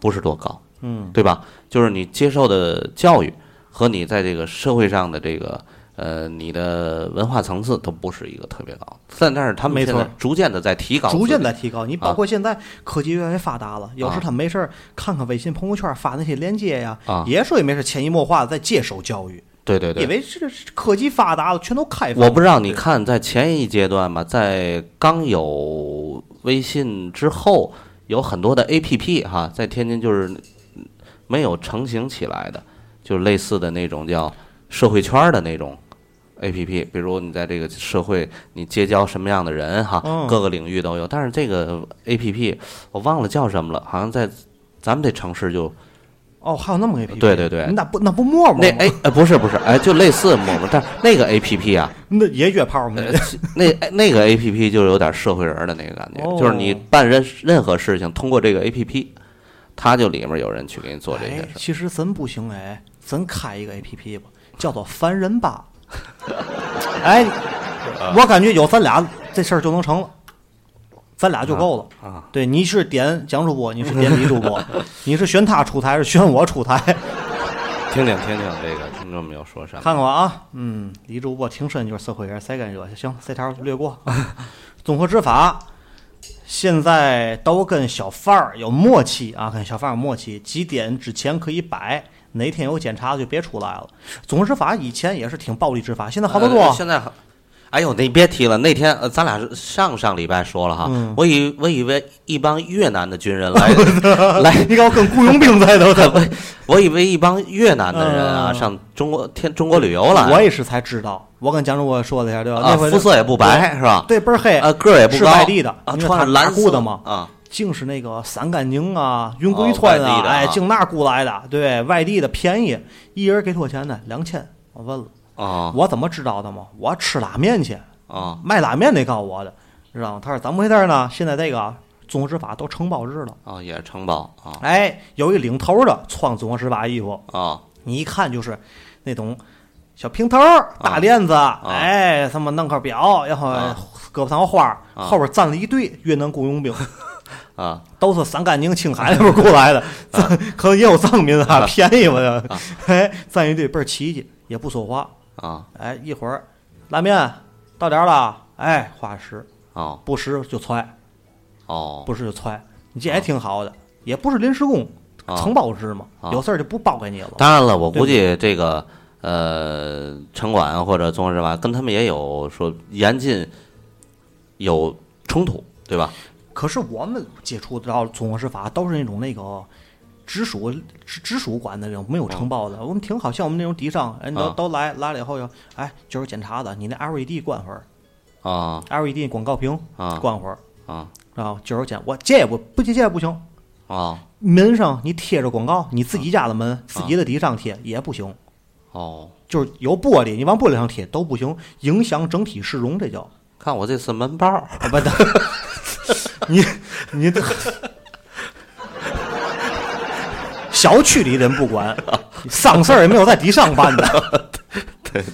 [SPEAKER 5] 不是多高，
[SPEAKER 4] 嗯，
[SPEAKER 5] 对吧？就是你接受的教育和你在这个社会上的这个呃你的文化层次都不是一个特别高的，但但是他们
[SPEAKER 4] 没
[SPEAKER 5] 现
[SPEAKER 4] 错
[SPEAKER 5] 在逐渐的在提高自己，
[SPEAKER 4] 逐渐在提高。你包
[SPEAKER 5] 啊
[SPEAKER 4] 括现在科技越来越发达了，有时他没事儿看看微信朋友圈发那些链接呀
[SPEAKER 5] 啊，
[SPEAKER 4] 也说也没事，潜移默化的在接受教育，
[SPEAKER 5] 对对对，
[SPEAKER 4] 因为这科技发达了，全都开放。
[SPEAKER 5] 我不知道你看，在前一阶段吧，在刚有微信之后，有很多的 A P P 哈，在天津就是没有成型起来的，就类似的那种叫社会圈儿的那种 A P P，比如你在这个社会你结交什么样的人哈，
[SPEAKER 4] 嗯
[SPEAKER 5] 各个领域都有。但是这个 A P P 我忘了叫什么了，好像在咱们这城市就
[SPEAKER 4] 哦，还有那么个 A P P，
[SPEAKER 5] 对对对
[SPEAKER 4] 那不那不陌陌
[SPEAKER 5] 那
[SPEAKER 4] 吗
[SPEAKER 5] 哎呃不是不是哎就类似陌陌，但是那个 A P P 啊，
[SPEAKER 4] 那也约炮吗？
[SPEAKER 5] 呃，其那哎那个 A P P 就有点社会人儿的那个感觉，
[SPEAKER 4] 哦
[SPEAKER 5] 就是你办任任何事情通过这个 A P P，它就里面有人去给你做这些
[SPEAKER 4] 哎
[SPEAKER 5] 事，儿。
[SPEAKER 4] 其实咱不行哎，咱开一个 A P P 吧，叫做凡人 吧。哎，
[SPEAKER 5] 啊
[SPEAKER 4] 我感觉有咱俩这事儿就能成了，咱俩就够了
[SPEAKER 5] 啊啊
[SPEAKER 4] 对，你是点蒋主播，你是点李主 播，你是选他出台，是选我出台？
[SPEAKER 5] 听听听听这个听众们有说什么？
[SPEAKER 4] 看看啊，嗯，李主播挺深就是社会人，谁敢惹？行，这条略过。综合执法，现在都跟小贩儿有默契啊，跟小贩儿有默契，几点之前可以摆，哪天有检查就别出来了。综合执法以前也是挺暴力执法，现在好得多。
[SPEAKER 5] 呃现在好，哎呦，你别提了，那天呃，咱俩是上上礼拜说了哈，
[SPEAKER 4] 嗯
[SPEAKER 5] 我以我以为一帮越南的军人来来，
[SPEAKER 4] 你搞跟雇佣兵在都
[SPEAKER 5] 我以为一帮越南的人啊
[SPEAKER 4] 嗯
[SPEAKER 5] 上中国天中国旅游 来了，
[SPEAKER 4] 我也是才知道，我跟蒋主播说了一下，对吧？
[SPEAKER 5] 啊
[SPEAKER 4] 那回
[SPEAKER 5] 肤色也不白
[SPEAKER 4] 对
[SPEAKER 5] 是吧
[SPEAKER 4] 对，倍儿黑
[SPEAKER 5] 啊个儿也不
[SPEAKER 4] 是
[SPEAKER 5] 高
[SPEAKER 4] 外地的
[SPEAKER 5] 啊，
[SPEAKER 4] 因为
[SPEAKER 5] 穿着
[SPEAKER 4] 他
[SPEAKER 5] 蓝
[SPEAKER 4] 他雇
[SPEAKER 5] 色
[SPEAKER 4] 的嘛
[SPEAKER 5] 啊，
[SPEAKER 4] 净是那个散干宁啊、云贵川
[SPEAKER 5] 哦外地的啊
[SPEAKER 4] 哎，净那雇来的，对外地的便宜，一人给多少钱呢？两千。我问了，
[SPEAKER 5] 哦
[SPEAKER 4] 我怎么知道的嘛？我吃拉面去，
[SPEAKER 5] 哦，
[SPEAKER 4] 卖拉面得告诉我的，知道吗？他说怎么回事呢？现在这个综合执法都承包制了，
[SPEAKER 5] 哦，也是城堡啊
[SPEAKER 4] 哎，有一领头的穿综合执法衣服，
[SPEAKER 5] 啊
[SPEAKER 4] 你一看就是那种小平头儿、大链子，
[SPEAKER 5] 哦
[SPEAKER 4] 哎，他们弄块表，然后
[SPEAKER 5] 啊
[SPEAKER 4] 胳膊上有花儿，
[SPEAKER 5] 啊
[SPEAKER 4] 后边站了一队越南雇佣兵，
[SPEAKER 5] 啊
[SPEAKER 4] 都是散干宁、青海那边过来的，藏可能也有藏民啊，便宜嘛， 哎，站一队倍儿齐齐，也不说话，
[SPEAKER 5] 啊
[SPEAKER 4] 哎，一会儿拉面到点儿了，哎，花十
[SPEAKER 5] 哦
[SPEAKER 4] 不十就踹，
[SPEAKER 5] 哦，
[SPEAKER 4] 不是就踹，你这也挺好的，也不是临时工，
[SPEAKER 5] 啊
[SPEAKER 4] 承包制嘛，
[SPEAKER 5] 啊
[SPEAKER 4] 有事儿就不包给你了。
[SPEAKER 5] 当然了，我估
[SPEAKER 4] 对
[SPEAKER 5] 计这个呃，城管或者综合执法跟他们也有说严禁有冲突，对吧？
[SPEAKER 4] 可是我们接触到综合执法都是那种那个直属直直属管的那种，没有承包的。我们挺好，像我们那种地上，人都、
[SPEAKER 5] 哦啊
[SPEAKER 4] 都来来了以后要，哎，就是检查的，你那 E LED 关会儿
[SPEAKER 5] 啊
[SPEAKER 4] ，LED E 广告屏
[SPEAKER 5] 啊
[SPEAKER 4] 关会儿，
[SPEAKER 5] 啊
[SPEAKER 4] 然后就是检，我这也不不接这也不行，
[SPEAKER 5] 哦
[SPEAKER 4] 门上你贴着广告，你自己家的门、自己的地上贴也不行，
[SPEAKER 5] 哦，
[SPEAKER 4] 就是有玻璃，你往玻璃上贴都不行，影响整体市容，这叫。
[SPEAKER 5] 看我这是门包儿，
[SPEAKER 4] 啊，不等， 你你这小区里人不管，丧事儿也没有在地上办的。对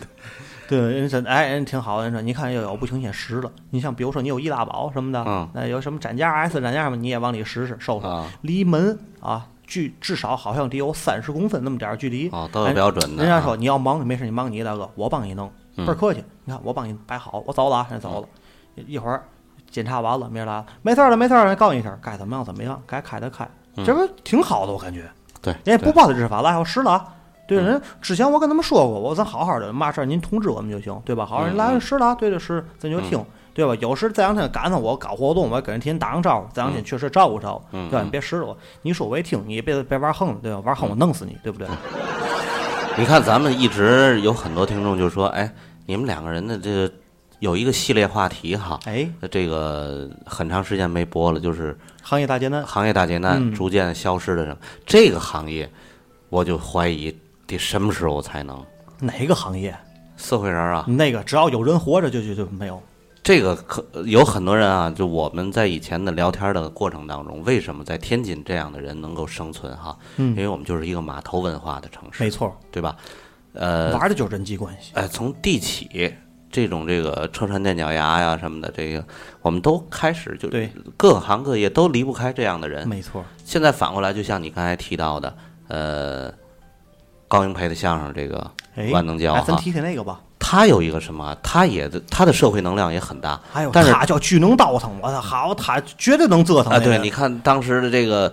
[SPEAKER 4] 对，人说哎，人挺好的。人说你看又有不行也实了。你像比如说你有易拉宝什么的，
[SPEAKER 5] 嗯
[SPEAKER 4] 那有什么展架 S 展架嘛，你也往里实实收收。
[SPEAKER 5] 啊
[SPEAKER 4] 离门啊，距至少好像得有三十公分那么点儿距离。
[SPEAKER 5] 哦都有标准的
[SPEAKER 4] 人家
[SPEAKER 5] 啊嗯
[SPEAKER 4] 说你要忙，没事，你忙你的大哥，我帮你弄，倍儿客气。你看我帮你摆好，我走了啊，先走了。一会儿检查完了，没人来了，没事儿了，没事儿了，告诉你一声，该怎么样怎么样，该开的开，这不挺好的，我感觉。
[SPEAKER 5] 对，
[SPEAKER 4] 人也不
[SPEAKER 5] 嗯对嗯
[SPEAKER 4] 抱这执法，来，我实了啊。对，人之前我跟他们说过，我说咱好好的，嘛事儿您通知我们就行，对吧？
[SPEAKER 5] 嗯
[SPEAKER 4] 好，人来实了啊，对对实，咱就听，对吧？有时这两天赶上我搞活动，我给人提前打声招呼，这
[SPEAKER 5] 嗯
[SPEAKER 4] 两天确实照顾照顾，对吧？你别实了我，你说我也听，你也别别玩横了，对吧？玩横我弄死你，对
[SPEAKER 5] 嗯
[SPEAKER 4] 不对？
[SPEAKER 5] 你看咱们一直有很多听众就说，哎，你们两个人的这个有一个系列话题哈，
[SPEAKER 4] 哎，
[SPEAKER 5] 这个很长时间没播了，就是
[SPEAKER 4] 行业大劫难，
[SPEAKER 5] 行业大劫难
[SPEAKER 4] 嗯
[SPEAKER 5] 逐渐消失的什么、这个行业，我就怀疑得什么时候才能
[SPEAKER 4] 哪个行业？
[SPEAKER 5] 社会人啊，
[SPEAKER 4] 那个只要有人活着就就就没有。
[SPEAKER 5] 这个可有很多人啊，就我们在以前的聊天的过程当中，为什么在天津这样的人能够生存哈？
[SPEAKER 4] 嗯
[SPEAKER 5] 因为我们就是一个码头文化的城市，
[SPEAKER 4] 没错，
[SPEAKER 5] 对吧？呃，
[SPEAKER 4] 玩的就是人际关系。
[SPEAKER 5] 哎，从地起这种这个车船垫脚牙呀什么的，这个我们都开始就
[SPEAKER 4] 对
[SPEAKER 5] 各行各业都离不开这样的人。
[SPEAKER 4] 没错，
[SPEAKER 5] 现在反过来，就像你刚才提到的，呃，高英培的相声这个
[SPEAKER 4] 哎，
[SPEAKER 5] 万能胶啊
[SPEAKER 4] 哎咱
[SPEAKER 5] 哈，
[SPEAKER 4] 提提那个吧。
[SPEAKER 5] 他有一个什么啊？他也他的社会能量也很大，
[SPEAKER 4] 哎呦，
[SPEAKER 5] 但是
[SPEAKER 4] 他叫巨能倒腾，我操，好，他绝对能折腾那
[SPEAKER 5] 啊，
[SPEAKER 4] 个
[SPEAKER 5] 对，
[SPEAKER 4] 人
[SPEAKER 5] 你看当时的这个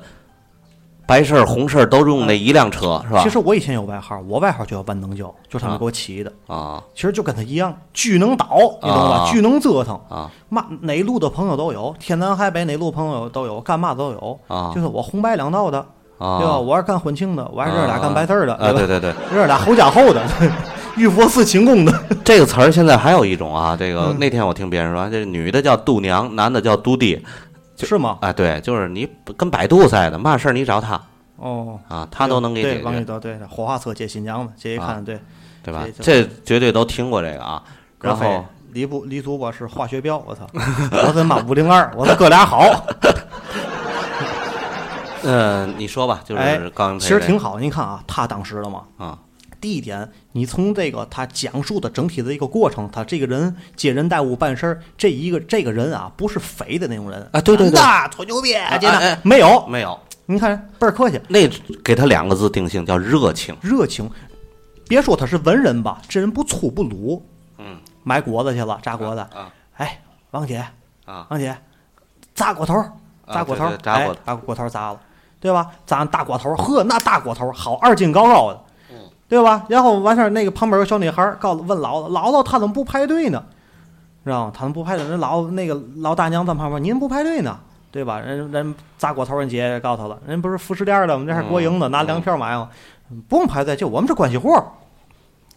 [SPEAKER 5] 白事儿、红事儿都用那一辆车，是吧？
[SPEAKER 4] 其实我以前有外号，我外号就叫万能胶，就是他们
[SPEAKER 5] 啊
[SPEAKER 4] 给我起的。
[SPEAKER 5] 啊
[SPEAKER 4] 其实就跟他一样，巨能倒，你懂吧？
[SPEAKER 5] 啊
[SPEAKER 4] 巨能折腾，
[SPEAKER 5] 啊
[SPEAKER 4] 嘛哪路的朋友都有，天南海北哪路朋友都有，干嘛都有。
[SPEAKER 5] 啊
[SPEAKER 4] 就是我红白两道的，
[SPEAKER 5] 啊，
[SPEAKER 4] 对吧？我是干婚庆的，我还是这俩干白事儿的，
[SPEAKER 5] 啊，对
[SPEAKER 4] 吧？
[SPEAKER 5] 对对，
[SPEAKER 4] 这俩侯家后的， 玉佛寺秦公的，
[SPEAKER 5] 这个词儿现在还有一种啊，这个、那天我听别人说，这女的叫度娘，男的叫都弟，就是
[SPEAKER 4] 吗？
[SPEAKER 5] 啊，对，就是你跟百度似的，嘛事儿你找他
[SPEAKER 4] 哦，
[SPEAKER 5] 啊，他都能给你
[SPEAKER 4] 对，
[SPEAKER 5] 解
[SPEAKER 4] 王玉
[SPEAKER 5] 决，啊
[SPEAKER 4] 德对，火化车接新娘的，这一看对。
[SPEAKER 5] 对吧
[SPEAKER 4] 对？对
[SPEAKER 5] 这绝对都听过这个啊。
[SPEAKER 4] 葛
[SPEAKER 5] 然
[SPEAKER 4] 飞
[SPEAKER 5] 后
[SPEAKER 4] 李不李主播是化学标，我操！我他妈五零二，我他哥俩好，
[SPEAKER 5] 呃，你说吧， 就
[SPEAKER 4] 哎
[SPEAKER 5] 是高英培
[SPEAKER 4] 其实
[SPEAKER 5] 这
[SPEAKER 4] 挺好的。您看啊，他当时的嘛，
[SPEAKER 5] 啊
[SPEAKER 4] 第一点，你从这个他讲述的整体的一个过程，他这个人接人待物办事儿，这一个这个人啊，不是肥的那种人
[SPEAKER 5] 啊对对对
[SPEAKER 4] 那吹牛逼，真
[SPEAKER 5] 哎
[SPEAKER 4] 的
[SPEAKER 5] 哎
[SPEAKER 4] 没有。
[SPEAKER 5] 没有，
[SPEAKER 4] 您看倍儿客气，
[SPEAKER 5] 那给他两个字定性叫热情。
[SPEAKER 4] 热情。别说他是文人吧，这人不粗不鲁。
[SPEAKER 5] 嗯，
[SPEAKER 4] 买果子去了，炸果子。
[SPEAKER 5] 啊
[SPEAKER 4] 哎，王姐，
[SPEAKER 5] 啊
[SPEAKER 4] 王姐，炸果头儿，
[SPEAKER 5] 啊
[SPEAKER 4] 炸果头儿，
[SPEAKER 5] 对对炸果
[SPEAKER 4] 哎、把果头儿炸了，对吧？炸完大果头儿，呵，那大果头儿好二斤高高的，
[SPEAKER 5] 嗯
[SPEAKER 4] 对吧？然后完事儿，那个旁边有小女孩儿告诉问姥姥，姥姥她怎么不排队呢？知道吗？他们不排队，人老那个老大娘在旁边，您不排队呢，对吧？人人炸果头儿人姐告诉他了，人不是服饰店的，我们这还是国营
[SPEAKER 5] 嗯
[SPEAKER 4] 的，拿粮票买嘛，不用排队，就我们是关系户儿。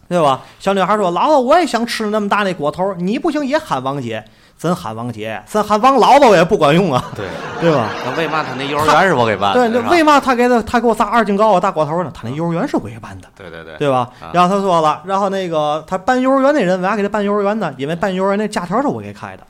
[SPEAKER 4] 对吧？小女孩说：“姥姥，我也想吃那么大那果头儿，你不行也喊王姐，咱喊王姐，咱喊王姥姥也不管用啊，
[SPEAKER 5] 对，
[SPEAKER 4] 对吧？
[SPEAKER 5] 那为嘛他那幼儿园是我给办
[SPEAKER 4] 对，
[SPEAKER 5] 的？
[SPEAKER 4] 那
[SPEAKER 5] 啊是吧
[SPEAKER 4] 为嘛他给他他给我炸二斤高啊大果头呢？他那幼儿园是委办的，
[SPEAKER 5] 对对对
[SPEAKER 4] 对吧？
[SPEAKER 5] 啊
[SPEAKER 4] 然后他说了，然后那个他办幼儿园那人为啥给他办幼儿园呢？因为办幼儿园那假条是我给开的，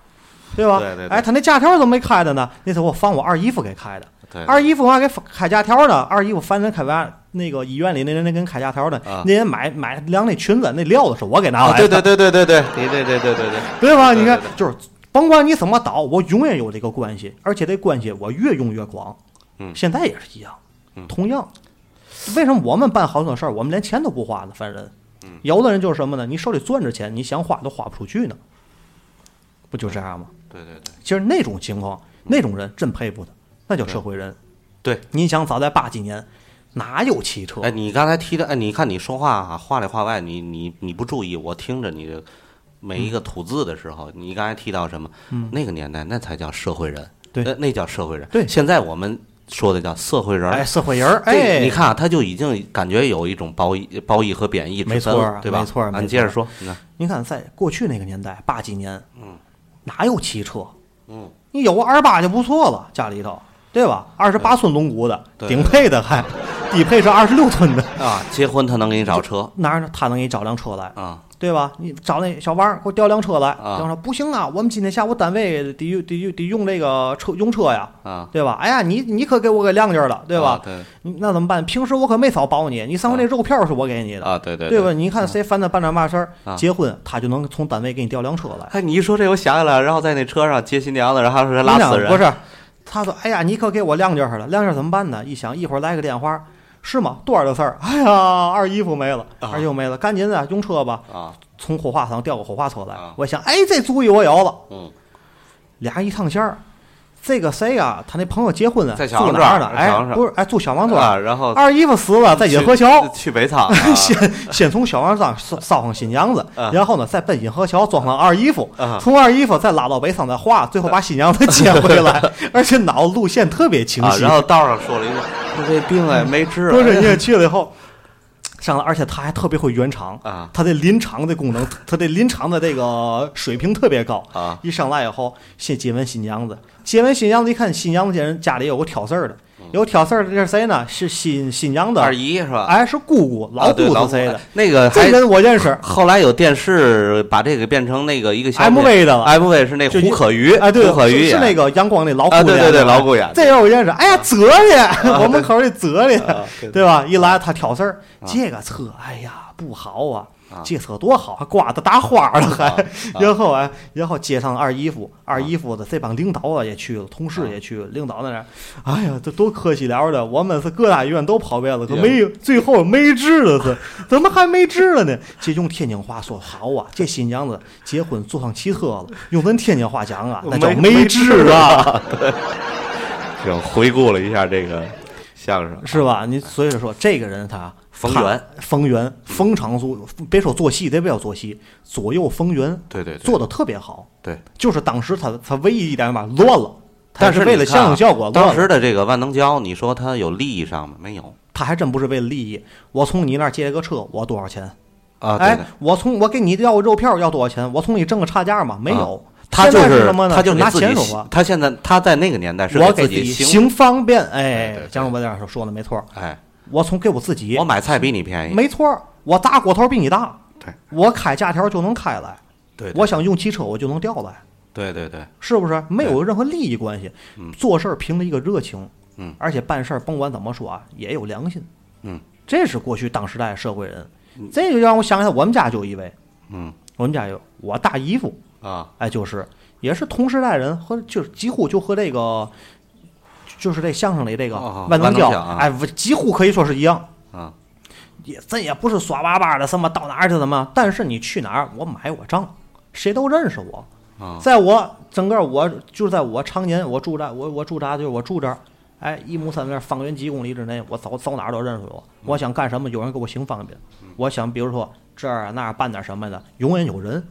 [SPEAKER 4] 对吧？
[SPEAKER 5] 对对对
[SPEAKER 4] 哎，他那假条怎么没开的呢？那是我放我二姨夫给开的。
[SPEAKER 5] 对
[SPEAKER 4] 二姨夫我还给开假条呢，二姨夫烦人开完那个医院里那人那跟开假条呢，
[SPEAKER 5] 啊
[SPEAKER 4] 那人买买量那裙子那料子是我给拿来
[SPEAKER 5] 啊，
[SPEAKER 4] 的，
[SPEAKER 5] 对对对对对对，对对对对对对。
[SPEAKER 4] 对吧？
[SPEAKER 5] 对
[SPEAKER 4] 你看
[SPEAKER 5] 对，
[SPEAKER 4] 就是甭管你怎么倒，我永远有这个关系，而且这关系我越用越广。
[SPEAKER 5] 嗯
[SPEAKER 4] 现在也是一样，
[SPEAKER 5] 嗯
[SPEAKER 4] 同样，为什么我们办好多事儿，我们连钱都不花呢？烦人。
[SPEAKER 5] 嗯
[SPEAKER 4] 有的人就是什么呢？你手里攥着钱，你想花都花不出去呢，不就这样吗？
[SPEAKER 5] 对对对，
[SPEAKER 4] 其实那种情况，那种人真佩服他，那叫社会人。
[SPEAKER 5] 对，
[SPEAKER 4] 你想早在八几年，哪有汽车？
[SPEAKER 5] 哎，你刚才提的，哎，你看你说话啊，话里话外，你你你不注意，我听着你这每一个吐字的时
[SPEAKER 4] 嗯
[SPEAKER 5] 候，你刚才提到什么？那个年代那才叫社会人，呃
[SPEAKER 4] 对
[SPEAKER 5] 那那叫社会人。
[SPEAKER 4] 对
[SPEAKER 5] 现在我们说的叫社会人。
[SPEAKER 4] 哎，社会人儿，
[SPEAKER 5] 这
[SPEAKER 4] 哎，
[SPEAKER 5] 你看啊，他就已经感觉有一种褒义、褒义和贬义之
[SPEAKER 4] 没
[SPEAKER 5] 分
[SPEAKER 4] 错
[SPEAKER 5] 了
[SPEAKER 4] 儿
[SPEAKER 5] 对吧？
[SPEAKER 4] 没错儿嗯
[SPEAKER 5] 啊
[SPEAKER 4] 没
[SPEAKER 5] 你接着
[SPEAKER 4] 错
[SPEAKER 5] 说，你看，
[SPEAKER 4] 您看，在过去那个年代，八几年，嗯，哪有汽车？
[SPEAKER 5] 嗯，
[SPEAKER 4] 你有个 R 八就不错了，家里头，对吧？二十八寸龙骨的，
[SPEAKER 5] 对
[SPEAKER 4] 顶配的还，底配是二十六寸的，
[SPEAKER 5] 啊，结婚他能给你找车
[SPEAKER 4] 哪儿他能给你找辆车来？
[SPEAKER 5] 啊
[SPEAKER 4] 对吧？你找那小王儿给我调辆车来。
[SPEAKER 5] 啊
[SPEAKER 4] 然后说不行啊，我们今天下午单位得用得用得用这个车用车呀，
[SPEAKER 5] 啊，
[SPEAKER 4] 对吧？哎呀，你你可给我给晾劲儿了，对吧
[SPEAKER 5] 啊？对
[SPEAKER 4] 你那怎么办？平时我可没少保你，你上回那肉票是我给你的，
[SPEAKER 5] 啊，对对
[SPEAKER 4] 对吧？？你看谁烦他办点嘛事儿，
[SPEAKER 5] 啊
[SPEAKER 4] 结婚他就能从单位给你调辆车来。
[SPEAKER 5] 哎，你一说这，我想起来了，然后在那车上接新娘子，然后是
[SPEAKER 4] 你
[SPEAKER 5] 拉
[SPEAKER 4] 想
[SPEAKER 5] 死人，
[SPEAKER 4] 不是，他说：“哎呀，你可给我晾劲儿了，晾劲儿怎么办呢？一想，一会儿来个电话，是吗？多少的事儿？ 哎呀，二姨夫没了，
[SPEAKER 5] 啊
[SPEAKER 4] 二舅没了，赶紧的用车吧，
[SPEAKER 5] 啊，
[SPEAKER 4] 从火化场调个火化车来。
[SPEAKER 5] 啊
[SPEAKER 4] 我想，哎，这主意我有了，
[SPEAKER 5] 嗯，
[SPEAKER 4] 俩人一趟线儿。这个谁啊？他那朋友结婚了，
[SPEAKER 5] 在小
[SPEAKER 4] 住
[SPEAKER 5] 王
[SPEAKER 4] 哪儿
[SPEAKER 5] 庄
[SPEAKER 4] 呢？
[SPEAKER 5] 儿
[SPEAKER 4] 哎
[SPEAKER 5] 小王，庄儿
[SPEAKER 4] 不是，哎，住小王庄儿。
[SPEAKER 5] 啊，然后
[SPEAKER 4] 二姨夫死了，在
[SPEAKER 5] 去
[SPEAKER 4] 引河桥，
[SPEAKER 5] 去 北仓啊
[SPEAKER 4] 先先从小王庄烧烧上新娘子，
[SPEAKER 5] 啊
[SPEAKER 4] 然后呢再奔引河桥装上二姨夫，
[SPEAKER 5] 啊
[SPEAKER 4] 从二姨夫再拉到北仓再画，最后把新娘子接回 来，而且脑路线特别清
[SPEAKER 5] 啊，
[SPEAKER 4] 晰。
[SPEAKER 5] 然后道上说了一句：“我这病哎没治。”
[SPEAKER 4] 不是人家去了以后，上来，而且他还特别会圆场
[SPEAKER 5] 啊
[SPEAKER 4] 他的临场的 功能，他的临场的这个水平特别高
[SPEAKER 5] 啊
[SPEAKER 4] 一上来以后，先接吻新娘子，接吻新娘子一看新娘子家人家里有个挑事儿的，有挑事儿的这是谁呢？是新新娘子
[SPEAKER 5] 嗯二姨是吧？
[SPEAKER 4] 哎，是姑姑，老
[SPEAKER 5] 啊对
[SPEAKER 4] 姑
[SPEAKER 5] 老
[SPEAKER 4] 是谁的？
[SPEAKER 5] 那个
[SPEAKER 4] 这
[SPEAKER 5] 还
[SPEAKER 4] 人我认识
[SPEAKER 5] 后来有电视把这个变成那个一个小品
[SPEAKER 4] ，MV 的了。
[SPEAKER 5] MV 是那
[SPEAKER 4] 就
[SPEAKER 5] 胡可瑜，
[SPEAKER 4] 哎，对，
[SPEAKER 5] 胡可
[SPEAKER 4] 是
[SPEAKER 5] 瑜
[SPEAKER 4] 是那
[SPEAKER 5] 演
[SPEAKER 4] 个阳光那老姑
[SPEAKER 5] 啊，
[SPEAKER 4] 娘，
[SPEAKER 5] 对对对，老古演
[SPEAKER 4] 这人我认识。哎
[SPEAKER 5] 啊
[SPEAKER 4] 呀，哲理， 我们口里哲理，对吧？一来他挑事儿，这个车，哎呀，不好啊
[SPEAKER 5] 啊，
[SPEAKER 4] 这车多好，还刮的打花了，还
[SPEAKER 5] 啊啊
[SPEAKER 4] 然后啊，然后接上二姨夫，二姨夫的这帮领导啊也去了，同事也去了，领导在那儿，哎呀，这多可惜了的，我们是各大医院都跑遍了，可
[SPEAKER 5] 也
[SPEAKER 4] 没有，最后没治了是， 怎么还没治了呢？这用天津话说好啊，这新娘子结婚坐上汽车了，用咱天津话讲啊，那叫
[SPEAKER 5] 没
[SPEAKER 4] 没
[SPEAKER 5] 没
[SPEAKER 4] 治啊，
[SPEAKER 5] 行，回顾了一下这个相声，
[SPEAKER 4] 是吧？你所以说这个人他。
[SPEAKER 5] 冯
[SPEAKER 4] 他
[SPEAKER 5] 啊哎源，嗯
[SPEAKER 4] 冯源，逢场作，别说做戏，得不要做戏，左右逢源，
[SPEAKER 5] 对对对
[SPEAKER 4] 做的特别好。
[SPEAKER 5] 对。
[SPEAKER 4] 就是当时他他唯一一点嘛乱了，
[SPEAKER 5] 但
[SPEAKER 4] 是
[SPEAKER 5] 是
[SPEAKER 4] 为
[SPEAKER 5] 你
[SPEAKER 4] 了
[SPEAKER 5] 看
[SPEAKER 4] 相
[SPEAKER 5] 啊
[SPEAKER 4] 声效果乱
[SPEAKER 5] 当
[SPEAKER 4] 了，
[SPEAKER 5] 时的这个万能胶，你说它有利益上吗？没有
[SPEAKER 4] 他还真不是为了利益。我从你那儿借了个车，我多少钱？
[SPEAKER 5] 啊，对
[SPEAKER 4] 哎
[SPEAKER 5] 的，，
[SPEAKER 4] 我从我给你要个肉票要多少钱？我从你挣个差价嘛，没有。
[SPEAKER 5] 啊他就
[SPEAKER 4] 啊现在是
[SPEAKER 5] 是
[SPEAKER 4] 什么呢？
[SPEAKER 5] 他就给
[SPEAKER 4] 拿
[SPEAKER 5] 自
[SPEAKER 4] 钱
[SPEAKER 5] 己
[SPEAKER 4] 说话，
[SPEAKER 5] 他现在他在那个年代是
[SPEAKER 4] 我
[SPEAKER 5] 自
[SPEAKER 4] 自己
[SPEAKER 5] 己
[SPEAKER 4] 行方便。哎
[SPEAKER 5] 对对，
[SPEAKER 4] 江文这样说说的没错儿，
[SPEAKER 5] 哎，
[SPEAKER 4] 我从给我自己
[SPEAKER 5] 我，买菜比你便宜，
[SPEAKER 4] 没错儿，我大骨头比你大，
[SPEAKER 5] 哎对
[SPEAKER 4] 我开假条就能开来，
[SPEAKER 5] 对嗯对
[SPEAKER 4] 我想用汽车我就能调来。
[SPEAKER 5] 对对对，
[SPEAKER 4] 是不是？没有任何利益关系，做事儿凭着一个热情，
[SPEAKER 5] 嗯
[SPEAKER 4] 而且办事儿甭管怎么说啊，也有良心，
[SPEAKER 5] 嗯，
[SPEAKER 4] 这是过去当时代的社会人，这就让我想起来我们家就有一位，
[SPEAKER 5] 嗯
[SPEAKER 4] 我们家有我大姨夫，
[SPEAKER 5] 啊
[SPEAKER 4] 哎，就是也是同时代人和就是几乎就和这个就是这相声里这个
[SPEAKER 5] 哦哦
[SPEAKER 4] 万能
[SPEAKER 5] 万能
[SPEAKER 4] 胶，
[SPEAKER 5] 胶啊
[SPEAKER 4] 哎，几乎可以说是一样，
[SPEAKER 5] 啊
[SPEAKER 4] 也咱也不是耍巴巴的，什么到哪儿去怎么，但是你去哪儿，我买我账，谁都认识我。
[SPEAKER 5] 啊
[SPEAKER 4] 在我整个我就是在我常年我住在我我住扎就是我住这儿，哎，一亩三分方圆几公里之内，我走走哪儿都认识我。
[SPEAKER 5] 嗯
[SPEAKER 4] 我想干什么，有人给我行方便。我想比如说这儿啊那儿办点什么的，永远有人。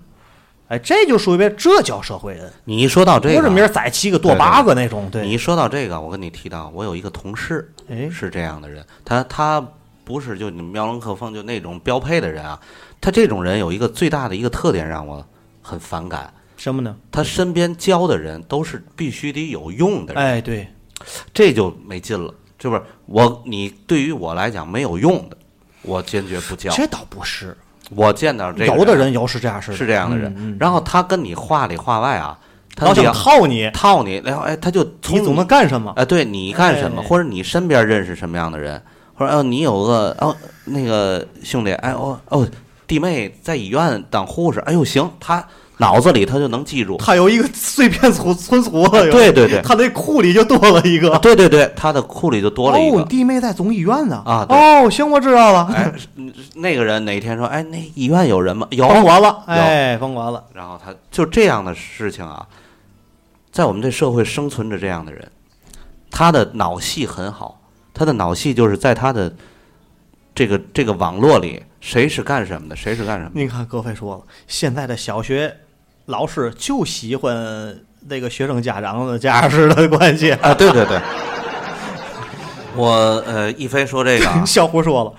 [SPEAKER 4] 哎，这就属于这叫社会人，
[SPEAKER 5] 你一说到这个，
[SPEAKER 4] 不是明儿宰七个剁八个那种。
[SPEAKER 5] 你
[SPEAKER 4] 对，
[SPEAKER 5] 一说到这个，我跟你提到，我有一个同事，
[SPEAKER 4] 哎
[SPEAKER 5] 是这样的人，他他不是就你们喵龙克风就那种标配的人啊，他这种人有一个最大的一个特点让我很反感，
[SPEAKER 4] 什么呢？
[SPEAKER 5] 他身边交的人都是必须得有用的人，
[SPEAKER 4] 哎，对，
[SPEAKER 5] 这就没劲了，是不是？我你对于我来讲没有用的，我坚决不交。
[SPEAKER 4] 这倒不是，
[SPEAKER 5] 我见到这个
[SPEAKER 4] 有的人有是这样式的，嗯
[SPEAKER 5] 是这样的人，然后他跟你话里话外啊，他
[SPEAKER 4] 老想
[SPEAKER 5] 聊
[SPEAKER 4] 套你，
[SPEAKER 5] 套你，然后哎，他就从
[SPEAKER 4] 你总能干什么？
[SPEAKER 5] 啊，对你干什么，
[SPEAKER 4] 哎
[SPEAKER 5] 或者你身边认识什么样的人，或者哦，你有个哦那个兄弟，哎哦哦，弟妹在医院当护士，哎呦行，他脑子里他就能记住，
[SPEAKER 4] 他有一个碎片存存储了，有
[SPEAKER 5] 啊对对对
[SPEAKER 4] 他那库里就多了一个
[SPEAKER 5] 啊，对对对，他的库里就多了一
[SPEAKER 4] 哦，
[SPEAKER 5] 个。
[SPEAKER 4] 弟妹在总医院呢。
[SPEAKER 5] 啊对
[SPEAKER 4] 哦，行，我知道了，
[SPEAKER 5] 哎，那个人哪天说，哎，那医院有人吗？有，
[SPEAKER 4] 甭管了，
[SPEAKER 5] 有
[SPEAKER 4] 哎，甭管了，
[SPEAKER 5] 然后他就这样的事情啊，在我们这社会生存着这样的人，他的脑戏很好，他的脑戏就是在他的这个这个网络里，谁是干什么的，谁是干什么的。
[SPEAKER 4] 您看，葛飞说了，现在的小学老师就喜欢那个学生家长的家长式的关系。
[SPEAKER 5] 啊，对对对，我呃，一飞说这个啊
[SPEAKER 4] ，小胡说了，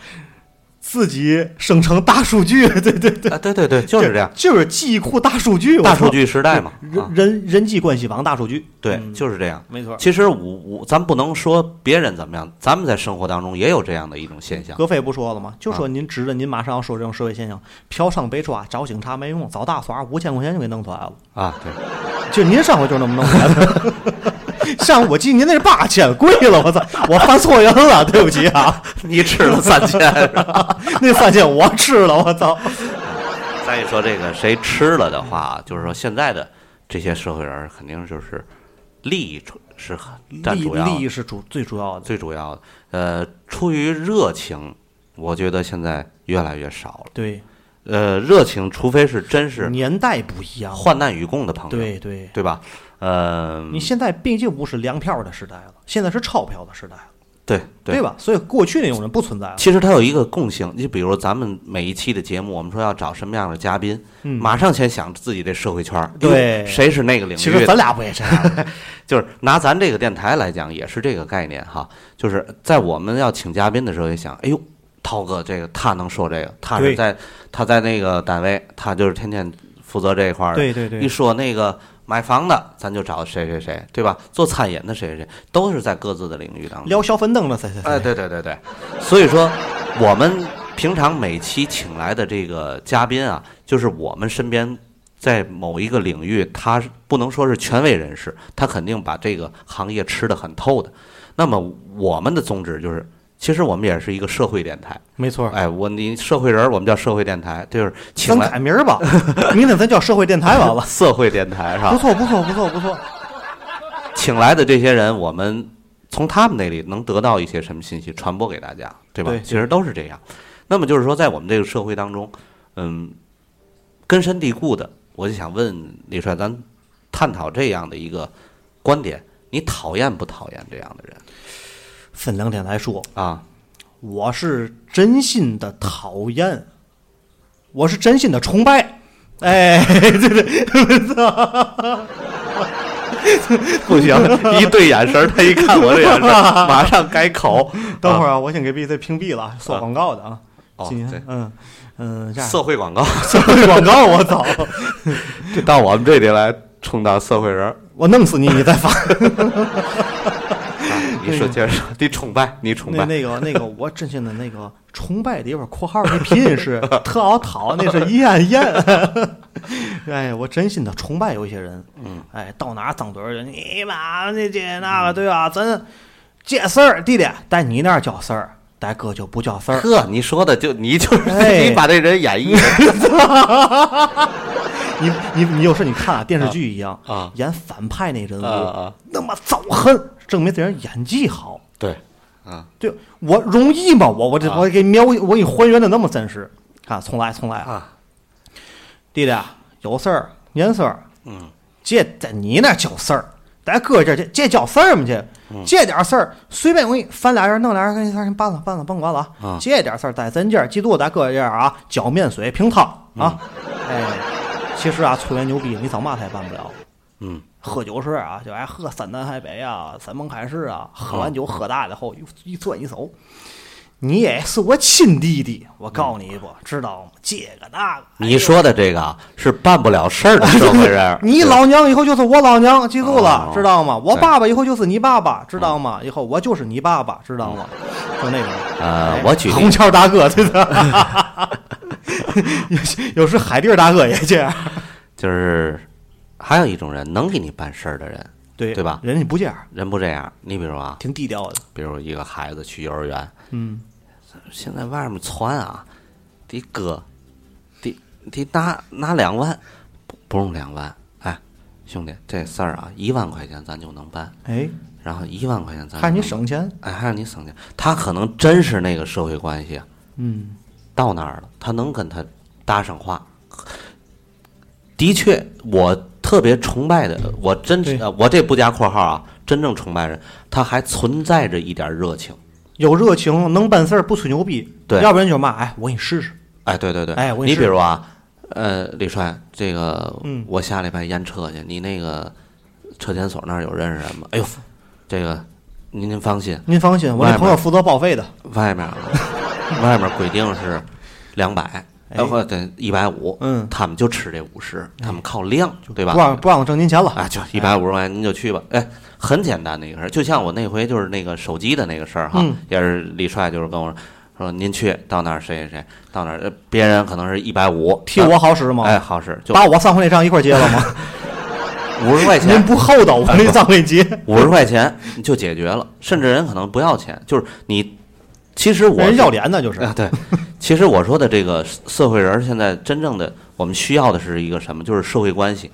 [SPEAKER 4] 自己生成大数据， 对对对，
[SPEAKER 5] 啊，对对对，就是这样，
[SPEAKER 4] 就是记忆库大数据，我
[SPEAKER 5] 大
[SPEAKER 4] 操
[SPEAKER 5] 数据时代嘛，啊
[SPEAKER 4] 人，人人际关系网大数据，
[SPEAKER 5] 对，
[SPEAKER 4] 嗯
[SPEAKER 5] 就是这样。
[SPEAKER 4] 没错。
[SPEAKER 5] 其实我我咱不能说别人怎么样，咱们在生活当中也有这样的一种现象。
[SPEAKER 4] 葛飞不说了吗？
[SPEAKER 5] 啊
[SPEAKER 4] 就说您指着您马上要说这种社会现象，嫖娼被抓，找警察没用，找大耍，五千块钱就给弄出来了。
[SPEAKER 5] 啊，对，
[SPEAKER 4] 就您上回就那么弄出来的。 上我记得您那是八千，贵了，我操！我犯错人了，对不起啊，
[SPEAKER 5] 你吃了三千，是吧？
[SPEAKER 4] 那三千我吃了，我操！
[SPEAKER 5] 再说这个谁吃了的话，就是说现在的这些社会人儿肯定就是利益出是很占
[SPEAKER 4] 利
[SPEAKER 5] 主要的
[SPEAKER 4] 利益是主最主要的，
[SPEAKER 5] 最主要的。呃，出于热情，我觉得现在越来越少了。
[SPEAKER 4] 对，
[SPEAKER 5] 呃，热情除非是真是
[SPEAKER 4] 年代不一样，
[SPEAKER 5] 患难与共的朋友，
[SPEAKER 4] 对对，
[SPEAKER 5] 对吧？呃，
[SPEAKER 4] 你现在毕竟不是粮票的时代了，现在是钞票的时代了，
[SPEAKER 5] 嗯对
[SPEAKER 4] 对？吧？所以过去那种人不存在了，
[SPEAKER 5] 其实它有一个共性，你比如咱们每一期的节目，我们说要找什么样的嘉宾，
[SPEAKER 4] 嗯
[SPEAKER 5] 马上先想自己这社会圈儿，
[SPEAKER 4] 对
[SPEAKER 5] 哟谁是那个领
[SPEAKER 4] 其实
[SPEAKER 5] 域
[SPEAKER 4] 咱
[SPEAKER 5] 的？
[SPEAKER 4] 俩不也这样 吗？
[SPEAKER 5] 就是拿咱这个电台来讲，也是这个概念哈。就是在我们要请嘉宾的时候，也想，哎呦，涛哥这个他能说这个，他
[SPEAKER 4] 对
[SPEAKER 5] 是在他在那个单位，他就是天天负责这一块儿的。
[SPEAKER 4] 对对
[SPEAKER 5] 一
[SPEAKER 4] 对，
[SPEAKER 5] 说那个买房的，咱就找谁谁谁，对吧？做餐饮的谁谁谁，都是在各自的领域当中。
[SPEAKER 4] 聊小粉灯了，才才
[SPEAKER 5] 哎，
[SPEAKER 4] 才，
[SPEAKER 5] 对对对对，所以说我们平常每期请来的这个嘉宾啊，就是我们身边在某一个领域，他是不能说是权威人士，他肯定把这个行业吃得很透的。那么我们的宗旨就是，其实我们也是一个社会电台。
[SPEAKER 4] 没错。
[SPEAKER 5] 哎，我你社会人儿，我们叫社会电台，就是请
[SPEAKER 4] 咱
[SPEAKER 5] 来
[SPEAKER 4] 改名 儿吧，明天咱叫社会电台完了。
[SPEAKER 5] 社会电台是
[SPEAKER 4] 不
[SPEAKER 5] 吧？
[SPEAKER 4] 错，不错，不错，不错。
[SPEAKER 5] 请来的这些人，我们从他们那里能得到一些什么信息，传播给大家，对吧？
[SPEAKER 4] 对
[SPEAKER 5] 其实都是这样。那么就是说，在我们这个社会当中，嗯，根深蒂固的，我就想问李帅，咱探讨这样的一个观点，你讨厌不讨厌这样的人
[SPEAKER 4] 分两点来说，
[SPEAKER 5] 啊？
[SPEAKER 4] 我是真心的讨厌，我是真心的崇拜。哎， 对对，
[SPEAKER 5] 不行，一对眼神儿，他一看我这眼神儿，马上改口。
[SPEAKER 4] 等会儿啊，我先给 B 再屏蔽了，做广告的啊。
[SPEAKER 5] 哦
[SPEAKER 4] 今
[SPEAKER 5] 对
[SPEAKER 4] 天嗯嗯，这样
[SPEAKER 5] 社会广告，
[SPEAKER 4] 社会广告，我操，
[SPEAKER 5] 就到我们这里来充当社会人儿。
[SPEAKER 4] 我弄死你，你再 发。
[SPEAKER 5] 你说接着说，你崇拜，你崇
[SPEAKER 4] 那
[SPEAKER 5] 拜，
[SPEAKER 4] 那 个那个，我真心的那个崇拜里边括号那拼音 是特好讨，那是燕燕。哎，我真心的崇拜有一些人，嗯，哎，到哪张嘴儿就你妈那这那个，对吧？咱这事儿弟弟，在你那儿叫事儿，在哥就不叫事 儿。
[SPEAKER 5] 呵，你说的就你就是、
[SPEAKER 4] 哎
[SPEAKER 5] 你把这人 演绎了
[SPEAKER 4] 你你你有时你看啊电视剧一样
[SPEAKER 5] 啊
[SPEAKER 4] 演反派那人物、
[SPEAKER 5] 啊啊
[SPEAKER 4] 那么遭恨，证明这人演技好。
[SPEAKER 5] 对，啊，
[SPEAKER 4] 对我容易吗？我我这我给描我给你还原的那么真实，看重来重来啊！
[SPEAKER 5] 啊，
[SPEAKER 4] 弟弟啊有事儿，您事儿，
[SPEAKER 5] 嗯，
[SPEAKER 4] 这在你那儿叫事儿，在哥这儿这这叫事儿吗？这
[SPEAKER 5] 嗯
[SPEAKER 4] 这点事儿随便我给你翻俩人弄俩人跟你仨人办了办了甭管了
[SPEAKER 5] 啊
[SPEAKER 4] 这点事儿在咱这儿，记住在哥这儿啊，浇面水平汤啊，哎，其实啊，吹完牛逼你找嘛他也办不了。
[SPEAKER 5] 嗯，
[SPEAKER 4] 喝酒时啊，就爱喝山南海北啊，山盟海誓啊，喝完酒喝大了后一转一手，你也是我亲弟弟，我告诉你不，知道吗？这个那个，哎
[SPEAKER 5] 你
[SPEAKER 4] 呦，
[SPEAKER 5] 说的这个啊是办不了事儿的社会 人
[SPEAKER 4] 你老娘以后就是我老娘，记住了
[SPEAKER 5] 啊哦，
[SPEAKER 4] 知道吗？我
[SPEAKER 5] 对嗯
[SPEAKER 4] 爸爸以后就是你爸爸，知道吗？以后我就是你爸爸，知道吗？就那种。
[SPEAKER 5] 呃
[SPEAKER 4] 哎，
[SPEAKER 5] 我举
[SPEAKER 4] 红
[SPEAKER 5] 例，
[SPEAKER 4] 桥大 哥，对的。有有时海地儿大哥也这样，
[SPEAKER 5] 就是还有一种人能给你办事儿的人，
[SPEAKER 4] 对
[SPEAKER 5] 对吧
[SPEAKER 4] 人家不这样，
[SPEAKER 5] 人不这样。你比如啊，
[SPEAKER 4] 挺低调的。
[SPEAKER 5] 比如一个孩子去幼儿园，
[SPEAKER 4] 嗯，
[SPEAKER 5] 现在外面传啊，得哥，得得拿拿两万，不不用两万，哎，兄弟，这事儿啊，一万块钱咱就能办，
[SPEAKER 4] 哎，
[SPEAKER 5] 然后一万块钱咱就
[SPEAKER 4] 看你
[SPEAKER 5] 能
[SPEAKER 4] 省钱。
[SPEAKER 5] 哎，还让你省钱。他可能真是那个社会关系啊
[SPEAKER 4] 嗯，
[SPEAKER 5] 到那儿了，他能跟他搭上话。的确，我特别崇拜的，我真
[SPEAKER 4] 对
[SPEAKER 5] 呃我这不加括号啊，真正崇拜人，他还存在着一点热情。
[SPEAKER 4] 有热情，能办事儿，不吹牛逼。
[SPEAKER 5] 对
[SPEAKER 4] 要不然就骂，哎，我给你试试。
[SPEAKER 5] 哎，对对对，
[SPEAKER 4] 哎我也
[SPEAKER 5] 你
[SPEAKER 4] 是
[SPEAKER 5] 比如啊，呃，李帅，这个，
[SPEAKER 4] 嗯
[SPEAKER 5] 我下礼拜验车去，你那个车检所那儿有认识人吗？哎呦，这个您您放心，
[SPEAKER 4] 您放心，我
[SPEAKER 5] 外
[SPEAKER 4] 那
[SPEAKER 5] 面
[SPEAKER 4] 朋友负责报废的。
[SPEAKER 5] 外面啊 外面规定是两百，
[SPEAKER 4] 哎
[SPEAKER 5] 呃或者一百五，
[SPEAKER 4] 嗯哎
[SPEAKER 5] 他们就吃这五十，他们靠量，对吧？
[SPEAKER 4] 不让不让挣您钱了
[SPEAKER 5] 啊，就一百五十块钱您就去吧。哎，很简单的一个事儿，就像我那回就是那个手机的那个事儿哈，
[SPEAKER 4] 嗯
[SPEAKER 5] 也是李帅就是跟我说说您去到那儿谁谁谁到那儿，呃别人可能是一百五，
[SPEAKER 4] 替我好使吗？
[SPEAKER 5] 哎好使，就
[SPEAKER 4] 把我上回那账一块儿结了 吗？
[SPEAKER 5] 五十块
[SPEAKER 4] 您
[SPEAKER 5] 钱，哎
[SPEAKER 4] 不厚道，我那账没结。
[SPEAKER 5] 五十块钱就解决了，甚至人可能不要钱，就是你其实我
[SPEAKER 4] 人要脸呢，就是
[SPEAKER 5] 啊，对，其实我说的这个社会人儿现在真正的我们需要的是一个什么？就是社会关系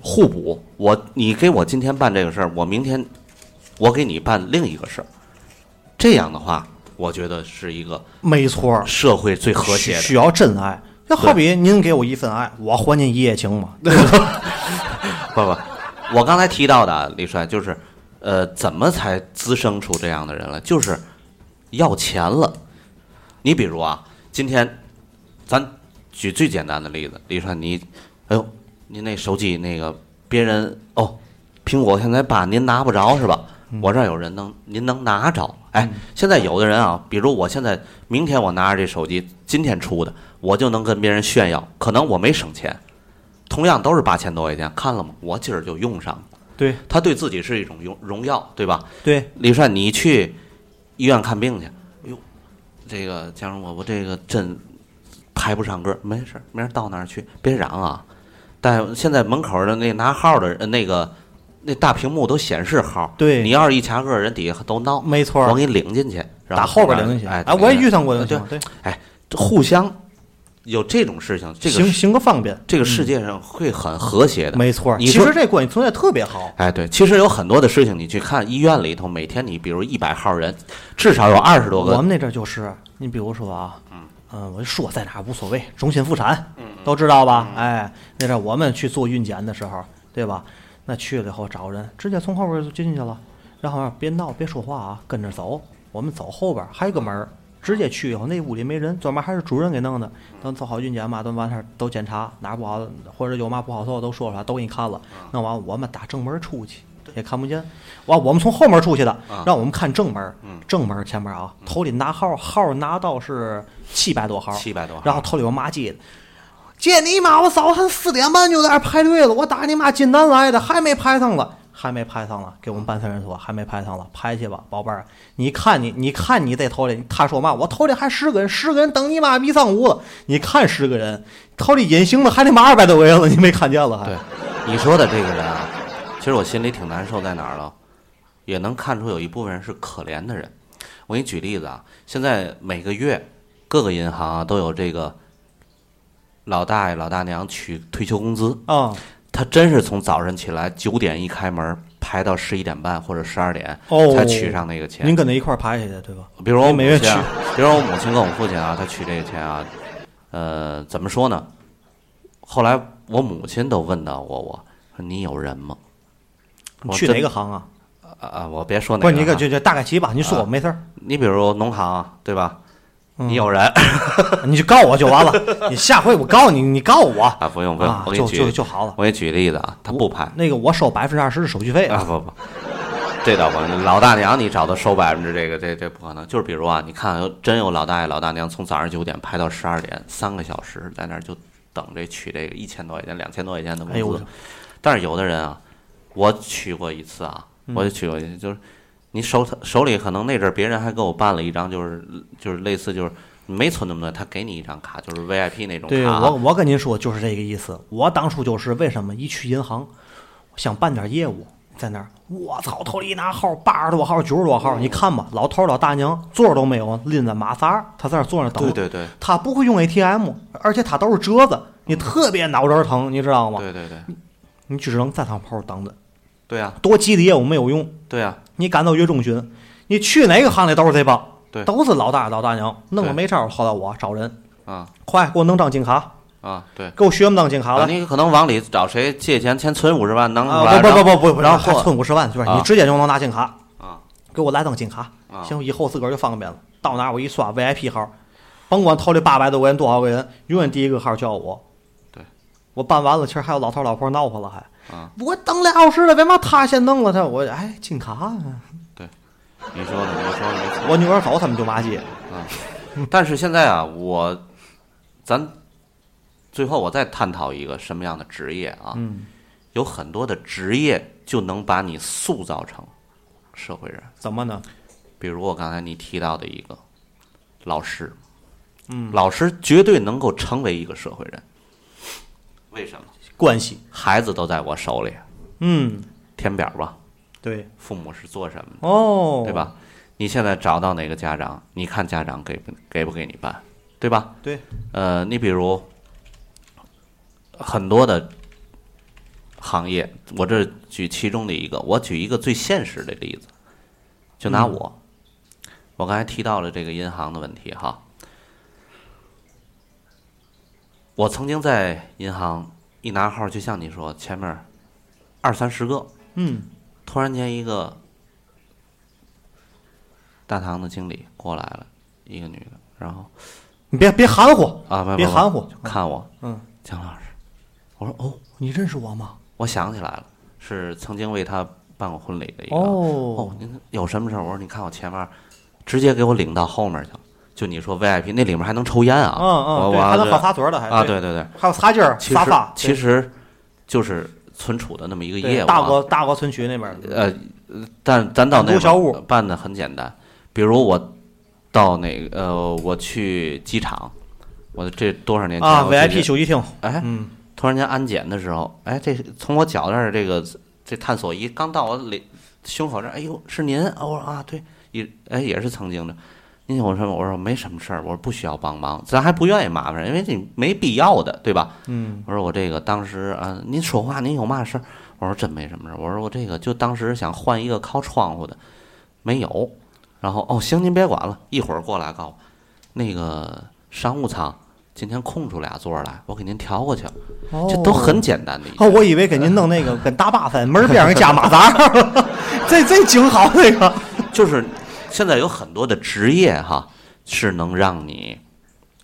[SPEAKER 5] 互补。我你给我今天办这个事儿，我明天我给你办另一个事儿，这样的话，我觉得是一个
[SPEAKER 4] 没错儿，
[SPEAKER 5] 社会最和
[SPEAKER 4] 需
[SPEAKER 5] 谐的。
[SPEAKER 4] 需要真爱。就好比您给我一份爱，我还您一夜情嘛。
[SPEAKER 5] 不不，我刚才提到的啊李帅就是，呃，怎么才滋生出这样的人来？就是要钱了。你比如啊，今天咱举最简单的例子，李帅，你，哎呦，您那手机那个别人哦，苹果现在八您拿不着是吧？我这儿有人能，您能拿着？哎，现在有的人啊，比如我现在明天我拿着这手机，今天出的，我就能跟别人炫耀，可能我没省钱，同样都是八千多块钱，看了吗？我今儿就用上了。
[SPEAKER 4] 对
[SPEAKER 5] 他对自己是一种荣荣耀，对吧？
[SPEAKER 4] 对，
[SPEAKER 5] 李帅，你去医院看病去。哎呦，这个江荣，我我这个针排不上个儿，没事儿，明儿到那儿去，别嚷啊。但现在门口的那拿号的人，呃那个那大屏幕都显示号，
[SPEAKER 4] 对
[SPEAKER 5] 你要是一卡个儿，人底下都闹，
[SPEAKER 4] 没错儿
[SPEAKER 5] 我给你领进去，然
[SPEAKER 4] 打
[SPEAKER 5] 后
[SPEAKER 4] 后边
[SPEAKER 5] 领
[SPEAKER 4] 领去。
[SPEAKER 5] 哎，
[SPEAKER 4] 哎，我也遇上过
[SPEAKER 5] 呃
[SPEAKER 4] 领
[SPEAKER 5] 对
[SPEAKER 4] 情，，对，
[SPEAKER 5] 互相有这种事情，这个
[SPEAKER 4] 行
[SPEAKER 5] 是
[SPEAKER 4] 行个方便，
[SPEAKER 5] 这个世界上会很和谐的，
[SPEAKER 4] 嗯没错儿。
[SPEAKER 5] 你
[SPEAKER 4] 其
[SPEAKER 5] 说
[SPEAKER 4] 实这关系存在特别好，
[SPEAKER 5] 哎，对，其实有很多的事情，你去看医院里头，每天你比如一百号人，至少有二十多
[SPEAKER 4] 我
[SPEAKER 5] 个
[SPEAKER 4] 们那阵儿就是，你比如说啊，嗯，我说在哪儿无所谓，中心妇产，
[SPEAKER 5] 嗯
[SPEAKER 4] 都知道吧？哎，那阵儿我们去做孕检的时候，对吧？那去了以后找人，直接从后边就进去了，然后让别闹，别说话啊，跟着走。我们走后边儿还有个门儿，直接去以后那屋里没人，专门还是主任给弄的。
[SPEAKER 5] 嗯
[SPEAKER 4] 等做好孕检嘛，都完事儿都检查哪儿不好的，或者有嘛不好受的都说出来，都给你看了。
[SPEAKER 5] 嗯
[SPEAKER 4] 弄完我们打正门儿出去。也看不见，完我们从后门儿出去的，
[SPEAKER 5] 啊
[SPEAKER 4] 让我们看正门儿，
[SPEAKER 5] 嗯
[SPEAKER 4] 正门儿前面啊，头里拿号，号拿到是七百多号，
[SPEAKER 5] 700多号
[SPEAKER 4] 然后头里有骂街的，姐你妈！我早上四点半就在那儿排队了，我打你妈济南来的，还没排上了，还没排上了，给我们办事人说还没排上了，排去吧，宝贝儿，你看你，你看你这头里，他说嘛，我头里还十个人，十个人等你妈逼上午了，你看十个人，头里隐形的还得妈二百多个人了，你没看见了还？
[SPEAKER 5] 对，啊你说的这个人啊，其实我心里挺难受，在哪儿了？也能看出有一部分人是可怜的人。我给你举例子啊，现在每个月各个银行啊都有这个老大爷老大娘取退休工资，
[SPEAKER 4] 啊、
[SPEAKER 5] 他真是从早上起来九点一开门排到十一点半或者十二点
[SPEAKER 4] 哦
[SPEAKER 5] 才取上那个钱。
[SPEAKER 4] 您跟他一块儿排去的对吧？
[SPEAKER 5] 比如我
[SPEAKER 4] 您每月
[SPEAKER 5] 母
[SPEAKER 4] 取
[SPEAKER 5] 亲、啊，比如我母亲跟我父亲啊，他取这个钱啊，呃，怎么说呢？后来我母亲都问到我，我说你有人吗？
[SPEAKER 4] 你
[SPEAKER 5] 我
[SPEAKER 4] 去
[SPEAKER 5] 真
[SPEAKER 4] 哪个行啊？
[SPEAKER 5] 啊啊？我别说哪
[SPEAKER 4] 不
[SPEAKER 5] 个
[SPEAKER 4] 是
[SPEAKER 5] 行
[SPEAKER 4] 你
[SPEAKER 5] 啊，
[SPEAKER 4] 给就就大概齐吧，你说
[SPEAKER 5] 啊
[SPEAKER 4] 我没事儿，
[SPEAKER 5] 你比如农行啊，对吧？
[SPEAKER 4] 嗯
[SPEAKER 5] 你有人
[SPEAKER 4] 你就告我就完了，你下回我告你，你告我
[SPEAKER 5] 啊？不用不用
[SPEAKER 4] 啊，，
[SPEAKER 5] 我给
[SPEAKER 4] 就
[SPEAKER 5] 你举
[SPEAKER 4] 就就好了。
[SPEAKER 5] 我给你举例子啊，他不拍
[SPEAKER 4] 那个我收百分之二十的手续费
[SPEAKER 5] 啊，不不，这倒不，老大娘你找他收百分之这个这这不可能。就是比如啊，你看有真有老大爷老大娘从早上九点拍到十二点，三个小时在那儿就等这取这个一千多块钱、两千多块钱的工
[SPEAKER 4] 哎呦我
[SPEAKER 5] 资。但是有的人啊，我取过一次啊，我就取过一次，就是你手手里可能那阵儿别人还给我办了一张，就是就是类似就是没存那么多，他给你一张卡，就是 VIP 那种
[SPEAKER 4] 对
[SPEAKER 5] 卡啊、
[SPEAKER 4] 我，我跟您说就是这个意思。我当初就是为什么一去银行，想办点业务，在那儿，我操，头里一拿号，八十多号、九十多
[SPEAKER 5] 嗯
[SPEAKER 4] 号，你看吧，老头儿老大娘座儿都没有，拎着马扎儿，他在那儿坐着等。
[SPEAKER 5] 对对对
[SPEAKER 4] 他不会用 ATM，而且他都是折子，你特别脑仁儿疼，你知道吗？
[SPEAKER 5] 对对对
[SPEAKER 4] 你只能在上坡等着，
[SPEAKER 5] 对啊
[SPEAKER 4] 多激烈我没有用。
[SPEAKER 5] 对啊，
[SPEAKER 4] 你赶到月中旬，你去哪个行里都是这帮，
[SPEAKER 5] 对
[SPEAKER 4] 都是老大老大娘，弄个
[SPEAKER 5] 对
[SPEAKER 4] 没招儿，后来我找人，
[SPEAKER 5] 啊
[SPEAKER 4] 快给我弄张金卡，
[SPEAKER 5] 啊对。
[SPEAKER 4] 给我学么弄金卡
[SPEAKER 5] 啊，
[SPEAKER 4] 来。
[SPEAKER 5] 你可能往里找谁借钱，先存五十万，能
[SPEAKER 4] 啊，不不不不不，
[SPEAKER 5] 然
[SPEAKER 4] 还
[SPEAKER 5] 后
[SPEAKER 4] 存五十万，就是
[SPEAKER 5] 啊
[SPEAKER 4] 你直接就能拿金卡，
[SPEAKER 5] 啊
[SPEAKER 4] 给我来张金卡，
[SPEAKER 5] 啊
[SPEAKER 4] 行，以后自个儿就方便了。到哪儿我一刷 VIP 号，甭管头里八百多个人多少个人，永远第一个号叫我。
[SPEAKER 5] 对，
[SPEAKER 4] 我办完了，其实还有老头老婆闹和了还。
[SPEAKER 5] 啊
[SPEAKER 4] 我等俩小时了，为嘛他先弄了他？我哎，金卡啊，
[SPEAKER 5] 你说的，你说的没错，
[SPEAKER 4] 我女儿走，他们就骂街。
[SPEAKER 5] 啊，但是现在啊，我咱最后我再探讨一个什么样的职业啊？
[SPEAKER 4] 嗯，
[SPEAKER 5] 有很多的职业就能把你塑造成社会人，
[SPEAKER 4] 怎么呢？
[SPEAKER 5] 比如我刚才你提到的一个老师，
[SPEAKER 4] 嗯，
[SPEAKER 5] 老师绝对能够成为一个社会人。为什么？
[SPEAKER 4] 关系，
[SPEAKER 5] 孩子都在我手里，
[SPEAKER 4] 嗯，
[SPEAKER 5] 填表吧。
[SPEAKER 4] 对，
[SPEAKER 5] 父母是做什么的？
[SPEAKER 4] 哦，
[SPEAKER 5] 对？吧？你现在找到哪个家长，你看家长给不给不给你办，对吧？
[SPEAKER 4] 对。
[SPEAKER 5] 呃，你比如很多的行业，我这举其中的一个，我举一个最现实的例子，就拿我，
[SPEAKER 4] 嗯
[SPEAKER 5] 我刚才提到了这个银行的问题哈。我曾经在银行一拿号，就像你说，前面二三十个，
[SPEAKER 4] 嗯，
[SPEAKER 5] 突然间一个大堂的经理过来了，一个女的，然后
[SPEAKER 4] 你别别含糊，
[SPEAKER 5] 啊，不
[SPEAKER 4] 别含糊
[SPEAKER 5] 就看我，
[SPEAKER 4] 嗯，
[SPEAKER 5] 姜老师，我说哦，
[SPEAKER 4] 你认识我吗？
[SPEAKER 5] 我想起来了，是曾经为他办过婚礼的一个，
[SPEAKER 4] 哦
[SPEAKER 5] 哦，，您有什么事儿？我说你看我前面，直接给我领到后面去了。就你说 VIP 那里面还能抽烟啊？
[SPEAKER 4] 嗯嗯，
[SPEAKER 5] 我
[SPEAKER 4] 对，
[SPEAKER 5] 我
[SPEAKER 4] 还能
[SPEAKER 5] 这
[SPEAKER 4] 好擦嘴儿的，还
[SPEAKER 5] 啊，，对对对，
[SPEAKER 4] 还有擦劲儿、
[SPEAKER 5] 其实
[SPEAKER 4] 撒发，
[SPEAKER 5] 其实就是存储的那么一个
[SPEAKER 4] 对
[SPEAKER 5] 业务啊，
[SPEAKER 4] 大国大国村区那边儿，
[SPEAKER 5] 呃，但咱到那
[SPEAKER 4] 单独小
[SPEAKER 5] 边
[SPEAKER 4] 屋
[SPEAKER 5] 儿办的很简单，比如我到哪个呃，我去机场，我这多少年前
[SPEAKER 4] 啊
[SPEAKER 5] 我直接
[SPEAKER 4] ，VIP 休息厅，
[SPEAKER 5] 哎，
[SPEAKER 4] 嗯，
[SPEAKER 5] 突然间安检的时候，哎，这从我脚那儿这个这探索仪刚到我脸胸口这儿，哎呦，是您？哦我说啊，对，也哎也是曾经的。您有什么？我说没什么事儿，我说不需要帮忙，咱还不愿意麻烦人，因为你没必要的，对吧？
[SPEAKER 4] 嗯，
[SPEAKER 5] 我说我这个当时啊，您说话您有嘛事儿？我说真没什么事儿。我说我这个就当时想换一个靠窗户的，没有。然后哦，行，您别管了，一会儿过来告我。那个商务舱今天空出俩座儿来，我给您调过去了。这都很简单的一
[SPEAKER 4] 哦，
[SPEAKER 5] 件。
[SPEAKER 4] 我以为给您弄那个跟大巴分门儿边上加马扎儿，这这景好这个，
[SPEAKER 5] 就是现在有很多的职业哈，是能让你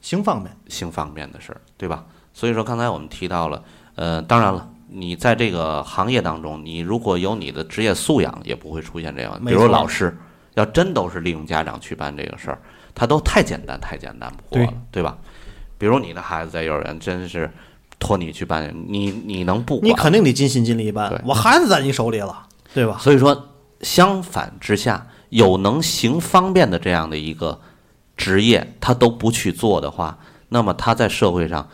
[SPEAKER 4] 行方便，
[SPEAKER 5] 性方面的事儿，对吧？所以说刚才我们提到了，呃，当然了，你在这个行业当中，你如果有你的职业素养，也不会出现这样。比
[SPEAKER 4] 没错
[SPEAKER 5] 如老师，要真都是利用家长去办这个事儿，他都太简单，太简单不过了，
[SPEAKER 4] 对
[SPEAKER 5] 对吧？比如你的孩子在幼儿园，真是托你去办，你你能不管？
[SPEAKER 4] 你肯定得尽心尽力办
[SPEAKER 5] 对，
[SPEAKER 4] 我孩子在你手里了，对吧？
[SPEAKER 5] 所以说，相反之下，有能行方便的这样的一个职业，他都不去做的话，那么他在社会上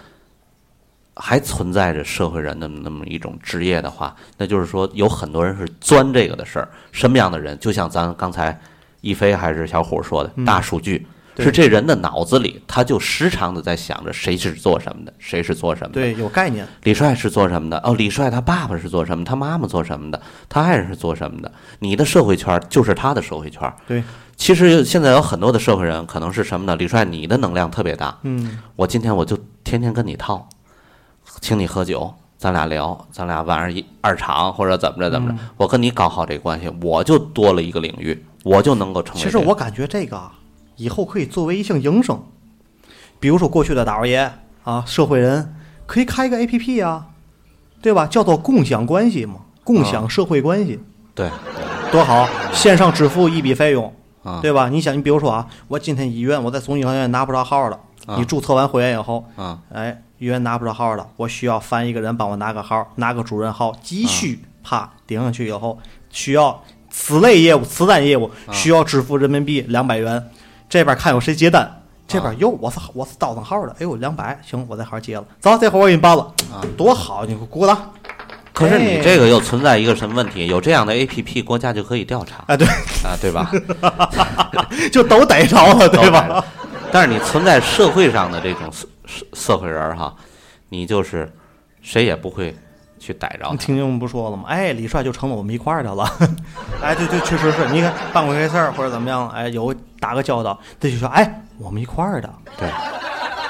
[SPEAKER 5] 还存在着社会人的那么一种职业的话，那就是说，有很多人是钻这个的事儿。什么样的人？就像咱刚才一飞还是小虎说的，大数据。
[SPEAKER 4] 嗯对
[SPEAKER 5] 是这人的脑子里，他就时常的在想着谁是做什么的，谁是做什么的。
[SPEAKER 4] 对，有概念，
[SPEAKER 5] 李帅是做什么的？哦，李帅他爸爸是做什么？他妈妈做什么的？他爱人是做什么的？你的社会圈就是他的社会圈。
[SPEAKER 4] 对，
[SPEAKER 5] 其实现在有很多的社会人可能是什么呢？李帅，你的能量特别大，
[SPEAKER 4] 嗯，
[SPEAKER 5] 我今天我就天天跟你套，请你喝酒，咱俩聊，咱俩晚上一二场或者怎么着怎么
[SPEAKER 4] 嗯
[SPEAKER 5] 着，我跟你搞好这关系，我就多了一个领域，我就能够成为
[SPEAKER 4] 其
[SPEAKER 5] 这个、
[SPEAKER 4] 实我感觉这个啊，以后可以作为一项营生，比如说过去的大老爷啊，社会人可以开一个 APP 啊，对吧？叫做共享关系嘛，共
[SPEAKER 5] 啊
[SPEAKER 4] 享社会关系，
[SPEAKER 5] 对，
[SPEAKER 4] 多好！线上支付一笔费用，
[SPEAKER 5] 啊、
[SPEAKER 4] 对吧？你想，你比如说啊，我今天医院我在总医院拿不着号了，
[SPEAKER 5] 啊
[SPEAKER 4] 你注册完会员以后，
[SPEAKER 5] 啊，
[SPEAKER 4] 哎，医院拿不着号了，我需要翻一个人帮我拿个号，拿个主任号，急需
[SPEAKER 5] 啊
[SPEAKER 4] 啪顶上去以后，需要此类业务、此单业务
[SPEAKER 5] 啊
[SPEAKER 4] 需要支付人民币两百元，这边看有谁接
[SPEAKER 5] 啊
[SPEAKER 4] 单。这边哟，我是我是到上号了，哎呦，两百，行，我在号接了，走，这活我给你办了，多好，你给我鼓掌，
[SPEAKER 5] 啊可是你
[SPEAKER 4] 哎
[SPEAKER 5] 这个又存在一个什么问题？有这样的 A P P，国家就可以调查
[SPEAKER 4] 哎，对，
[SPEAKER 5] 啊，对吧？
[SPEAKER 4] 就都逮着了， 对
[SPEAKER 5] 都来
[SPEAKER 4] 吧
[SPEAKER 5] 了？但是你存在社会上的这种社社社会人儿哈，你就是谁也不会去逮着
[SPEAKER 4] 你
[SPEAKER 5] 他。
[SPEAKER 4] 听你们不说了吗？哎，李帅就成了我们一块儿的了。 哎，对对，确实是。你看办过这事儿或者怎么样，哎，有打个交道，他就说，哎，我们一块儿的。
[SPEAKER 5] 对，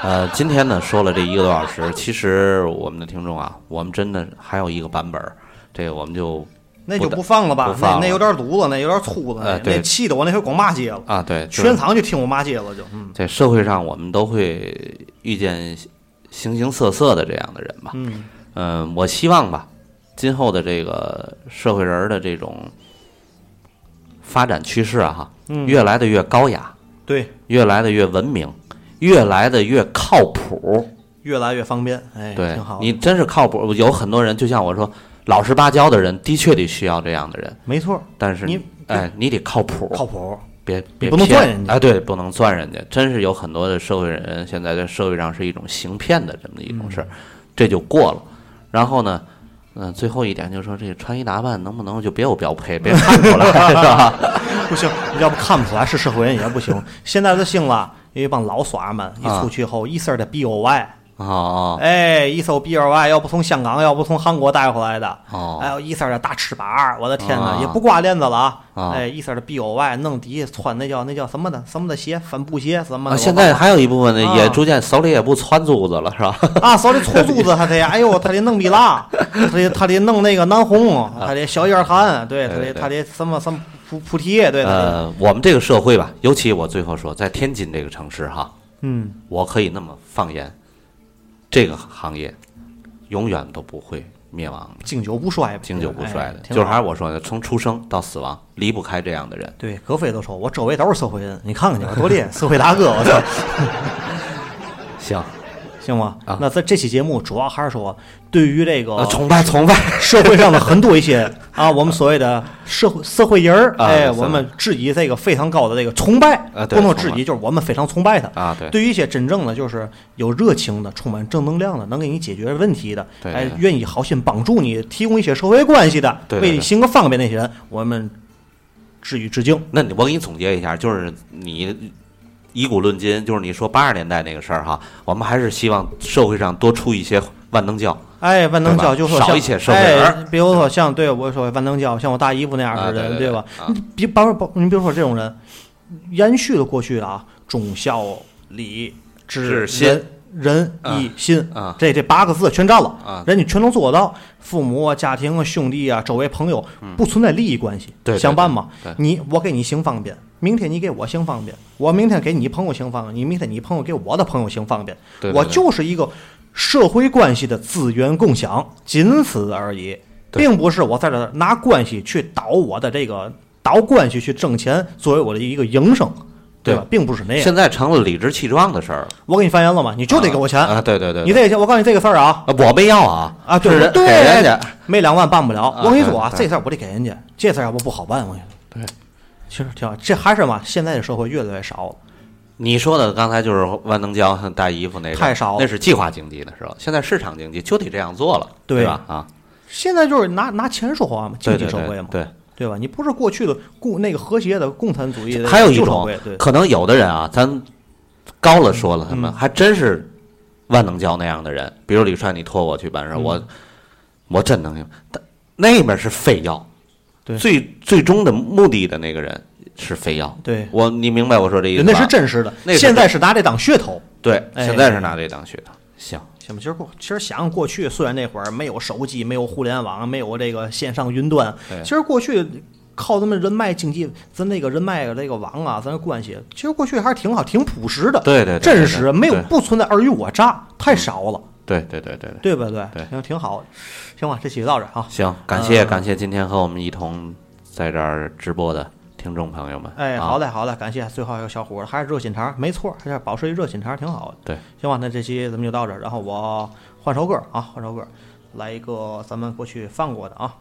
[SPEAKER 5] 呃，今天呢说了这一个多小时，其实我们的听众啊，我们真的还有一个版本儿，这个我们就
[SPEAKER 4] 那就不放了吧，
[SPEAKER 5] 不放了
[SPEAKER 4] 那那有点堵了，那有点粗了，那、
[SPEAKER 5] 呃对
[SPEAKER 4] 那气得我那回光骂街了，
[SPEAKER 5] 啊，对，就是
[SPEAKER 4] 全场就听我骂街了就，嗯
[SPEAKER 5] 在社会上我们都会遇见形形色色的这样的人吧。
[SPEAKER 4] 嗯，
[SPEAKER 5] 嗯，我希望吧，今后的这个社会人
[SPEAKER 4] 嗯
[SPEAKER 5] 儿的这种发展趋势啊，哈，越来的越高雅，
[SPEAKER 4] 对，
[SPEAKER 5] 越来的越文明，越来的越靠谱。
[SPEAKER 4] 越来越方便，哎，
[SPEAKER 5] 对
[SPEAKER 4] 挺好，的。
[SPEAKER 5] 你真是靠谱。有很多人，就像我说，老实巴交的人，的确得需要这样的人，
[SPEAKER 4] 没错，
[SPEAKER 5] 但是
[SPEAKER 4] 你
[SPEAKER 5] 哎，你得靠谱，
[SPEAKER 4] 靠谱，
[SPEAKER 5] 别别
[SPEAKER 4] 不能
[SPEAKER 5] 骗
[SPEAKER 4] 钻人家
[SPEAKER 5] 哎，对，不能钻人家。真是有很多的社会人，现在在社会上是一种行骗的这么一种事
[SPEAKER 4] 嗯
[SPEAKER 5] 儿，这就过了。然后呢，嗯、最后一点就是说，这个穿衣打扮能不能就别有标配，别看出 来，是吧？
[SPEAKER 4] 不行，要不看不出来是社会人也不行。现在的性了，有一帮老耍们一
[SPEAKER 5] 啊
[SPEAKER 4] 出去后，一身的 B O Y，
[SPEAKER 5] 哦
[SPEAKER 4] 哎，一手 B O Y，要不从香港，要不从韩国带回来的，
[SPEAKER 5] 哦
[SPEAKER 4] 还有一哎身的大翅膀，我的天哪，
[SPEAKER 5] 啊
[SPEAKER 4] 也不挂链子了啊，
[SPEAKER 5] 啊
[SPEAKER 4] 哎，一身的 B O Y，弄底下穿那叫那叫什么的什么的鞋，帆布鞋什么
[SPEAKER 5] 啊，
[SPEAKER 4] 的。
[SPEAKER 5] 现在还有一部分呢，
[SPEAKER 4] 啊
[SPEAKER 5] 也逐渐手里也不穿珠子了，是吧？
[SPEAKER 4] 啊，手里搓珠子，他得，哎呦，他得弄蜜蜡，他得他得弄那个南红，他得小叶檀，对，他得
[SPEAKER 5] 啊对对对
[SPEAKER 4] 他得什么什么菩菩提叶，对，他得
[SPEAKER 5] 呃，我们这个社会吧，尤其我最后说，在天津这个城市哈，
[SPEAKER 4] 嗯。
[SPEAKER 5] 我可以那么放言，这个行业永远都不会灭亡的，
[SPEAKER 4] 经久不衰吧，
[SPEAKER 5] 经久不衰的。
[SPEAKER 4] 哎
[SPEAKER 5] 就是还是。
[SPEAKER 4] 挺好
[SPEAKER 5] 我说的，从出生到死亡离不开这样的人。
[SPEAKER 4] 对，葛飞都说，我周围都是社会人，你看看去，我多厉害，社会大哥，我操，
[SPEAKER 5] 行，
[SPEAKER 4] 行吗
[SPEAKER 5] 啊？
[SPEAKER 4] 那在这期节目，主要还是说，对于这个
[SPEAKER 5] 啊，崇拜崇拜，
[SPEAKER 4] 社会上的很多一些啊，我们所谓的社会社会人儿，
[SPEAKER 5] 啊
[SPEAKER 4] 哎，
[SPEAKER 5] 是
[SPEAKER 4] 我们质疑这个非常高的这个崇拜
[SPEAKER 5] 啊，对
[SPEAKER 4] 不能质
[SPEAKER 5] 崇拜
[SPEAKER 4] 疑，就是我们非常崇拜他
[SPEAKER 5] 啊对
[SPEAKER 4] 对于一些真正的就是有热情的、充满正能量的、能给你解决问题的，
[SPEAKER 5] 对
[SPEAKER 4] 哎
[SPEAKER 5] 对，对
[SPEAKER 4] 愿意好心帮助你、提供一些社会关系的，
[SPEAKER 5] 对对对
[SPEAKER 4] 为你行个方便那些人，我们致以致敬。
[SPEAKER 5] 那你我给你总结一下，就是你以古论今，就是你说八十年代那个事儿哈，我们还是希望社会上多出一些万能教。
[SPEAKER 4] 哎，万能胶就说
[SPEAKER 5] 对吧
[SPEAKER 4] 像
[SPEAKER 5] 少一些社会人
[SPEAKER 4] 哎，比如说像对我说万能胶，像我大姨夫那样
[SPEAKER 5] 啊
[SPEAKER 4] 的人，
[SPEAKER 5] 对对对
[SPEAKER 4] 吧？
[SPEAKER 5] 啊
[SPEAKER 4] 你别包包，你比如说这种人，延续了过去的啊，忠孝礼
[SPEAKER 5] 智
[SPEAKER 4] 智
[SPEAKER 5] 信
[SPEAKER 4] 仁仁
[SPEAKER 5] 啊
[SPEAKER 4] 义信
[SPEAKER 5] 啊
[SPEAKER 4] 这这八个字全占了
[SPEAKER 5] 啊
[SPEAKER 4] 人家全能做到。父母啊、家庭啊、兄弟啊、周围朋友不存在利益关系，
[SPEAKER 5] 嗯对对
[SPEAKER 4] 相伴嘛
[SPEAKER 5] 对。
[SPEAKER 4] 你我给你行方便，明天你给我行方便，我明天给你朋友行方便，你明天你朋友给我的朋友行方便，
[SPEAKER 5] 对对
[SPEAKER 4] 我
[SPEAKER 5] 对
[SPEAKER 4] 就是一个社会关系的资源共享，仅此而已，
[SPEAKER 5] 对
[SPEAKER 4] 并不是我在这儿拿关系去倒我的这个倒关系去挣钱作为我的一个营生，对吧？并不是那样。
[SPEAKER 5] 现在成了理直气壮的事儿了，
[SPEAKER 4] 我给你发言了吗？哎你就得给我钱，
[SPEAKER 5] 啊！对对对，
[SPEAKER 4] 你这个钱，我告诉你这个事儿啊，
[SPEAKER 5] 啊我没要啊
[SPEAKER 4] 啊，
[SPEAKER 5] 是
[SPEAKER 4] 对
[SPEAKER 5] 人给人家，
[SPEAKER 4] 没两万办不了。我跟你说啊，
[SPEAKER 5] 对
[SPEAKER 4] 这事儿我得给人家，这事儿要不不好办。我跟你说，
[SPEAKER 5] 对，
[SPEAKER 4] 其实挺好。这还是嘛，现在的社会越来越少了。
[SPEAKER 5] 你说的刚才就是万能胶大姨夫那个，
[SPEAKER 4] 太少了
[SPEAKER 5] 那是计划经济的时候，现在市场经济就得这样做了，
[SPEAKER 4] 对
[SPEAKER 5] 吧？啊，
[SPEAKER 4] 现在就是拿拿钱说话嘛，经
[SPEAKER 5] 对
[SPEAKER 4] 济社会嘛，
[SPEAKER 5] 对对
[SPEAKER 4] 对吧？你不是过去的共那个和谐的共产主义
[SPEAKER 5] 对
[SPEAKER 4] 的
[SPEAKER 5] 还有一
[SPEAKER 4] 旧社
[SPEAKER 5] 种
[SPEAKER 4] 会，对，
[SPEAKER 5] 可能有的人啊，咱高了说了，他们
[SPEAKER 4] 嗯
[SPEAKER 5] 还真是万能胶那样的人，比如李帅，你拖我去
[SPEAKER 4] 嗯
[SPEAKER 5] 办事，我我真能行，但那边是非要，
[SPEAKER 4] 对
[SPEAKER 5] 最最终的目的的那个人是非要，
[SPEAKER 4] 对
[SPEAKER 5] 我你明白我说这意思
[SPEAKER 4] 人
[SPEAKER 5] 吧？
[SPEAKER 4] 那是真实的
[SPEAKER 5] 那，是
[SPEAKER 4] 现在是拿这当噱头。
[SPEAKER 5] 对，
[SPEAKER 4] 哎
[SPEAKER 5] 现在是拿这当噱头，行。
[SPEAKER 4] 行吧，其实过，其实想想过去，虽然那会儿没有手机，没有互联网，没有这个线上云端
[SPEAKER 5] 对，
[SPEAKER 4] 其实过去靠咱们人脉经济，咱那个人脉这个网啊，咱的关系，其实过去还是挺好，挺朴实的，
[SPEAKER 5] 对对对对
[SPEAKER 4] 真实，
[SPEAKER 5] 对
[SPEAKER 4] 没有
[SPEAKER 5] 对
[SPEAKER 4] 不存在尔虞我诈，太少了，
[SPEAKER 5] 对对对对
[SPEAKER 4] 对
[SPEAKER 5] 对，
[SPEAKER 4] 吧？对，
[SPEAKER 5] 对
[SPEAKER 4] 行，挺好的，行吧，这期就到这儿啊。
[SPEAKER 5] 行，感谢、
[SPEAKER 4] 呃
[SPEAKER 5] 感谢今天和我们一同在这儿直播的听众朋友们。
[SPEAKER 4] 哎，
[SPEAKER 5] 啊
[SPEAKER 4] 好嘞，好嘞，感谢最后一个小伙儿，还是热心肠，没错，还是保持一热心肠，挺好的。
[SPEAKER 5] 对，
[SPEAKER 4] 行吧，那这期咱们就到这儿，然后我换首歌啊，换首歌，来一个咱们过去放过的啊，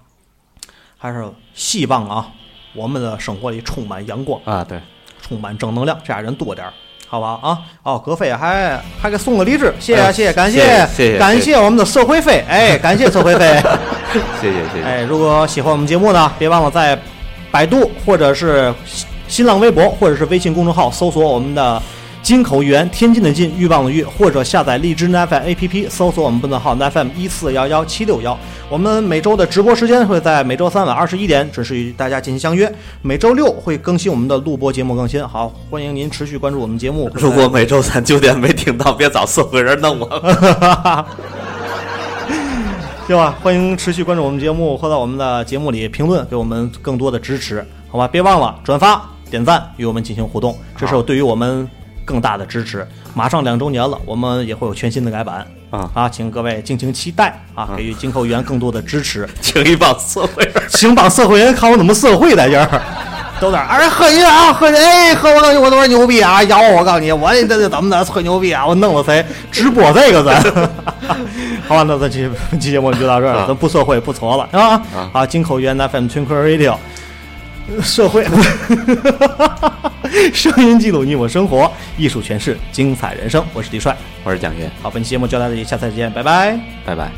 [SPEAKER 4] 还是希望啊，我们的生活里充满阳光，
[SPEAKER 5] 啊，对，
[SPEAKER 4] 充满正能量，这样人多点儿。好吧啊，哦，格菲还还给送个荔枝，谢谢、
[SPEAKER 5] 哎呦
[SPEAKER 4] 谢谢，感
[SPEAKER 5] 谢谢谢
[SPEAKER 4] 感谢我们的社会费，哎，感谢社会费。
[SPEAKER 5] 谢谢谢谢。
[SPEAKER 4] 哎，如果喜欢我们节目呢，别忘了在百度或者是新新浪微博或者是微信公众号搜索我们的“金口玉言”，天津的津，欲望的欲，或者下载荔枝 FM APP 搜索我们公众号 FM 一四幺幺七六幺。我们每周的直播时间会在每周三晚二十一点准时与大家进行相约，每周六会更新我们的录播节目更新。好，欢迎您持续关注我们节目。
[SPEAKER 5] 如果每周三九点没听到，别找社会人弄我。
[SPEAKER 4] 对吧？欢迎持续关注我们节目，或到我们的节目里评论，给我们更多的支持，好吧？别忘了转发、点赞，与我们进行互动，这是对于我们更大的支持。马上两周年了，我们也会有全新的改版
[SPEAKER 5] 啊
[SPEAKER 4] 啊，请各位敬请期待啊，给予金口语言更多的支持，
[SPEAKER 5] 请一帮社会人。
[SPEAKER 4] 请把社会人看我怎么社会在这儿。 都在那儿哎喝一啊，喝谁？哎喝我告诉你，我多少牛逼啊！咬我，我告诉你，我这这怎么的？吹牛逼啊！我弄了谁？直播这个咱。 好吧，那咱这期期节目就到这儿了，
[SPEAKER 5] 啊
[SPEAKER 4] 咱不社会不矬了啊！
[SPEAKER 5] 啊
[SPEAKER 4] 好，金口源 FM t w i n k l Radio，社会， 声音记录你我生活，艺术诠释精彩人生，我是李帅。
[SPEAKER 5] 我是蒋云，
[SPEAKER 4] 好，本期节目就到这里，下次再见，拜拜。
[SPEAKER 5] 拜拜。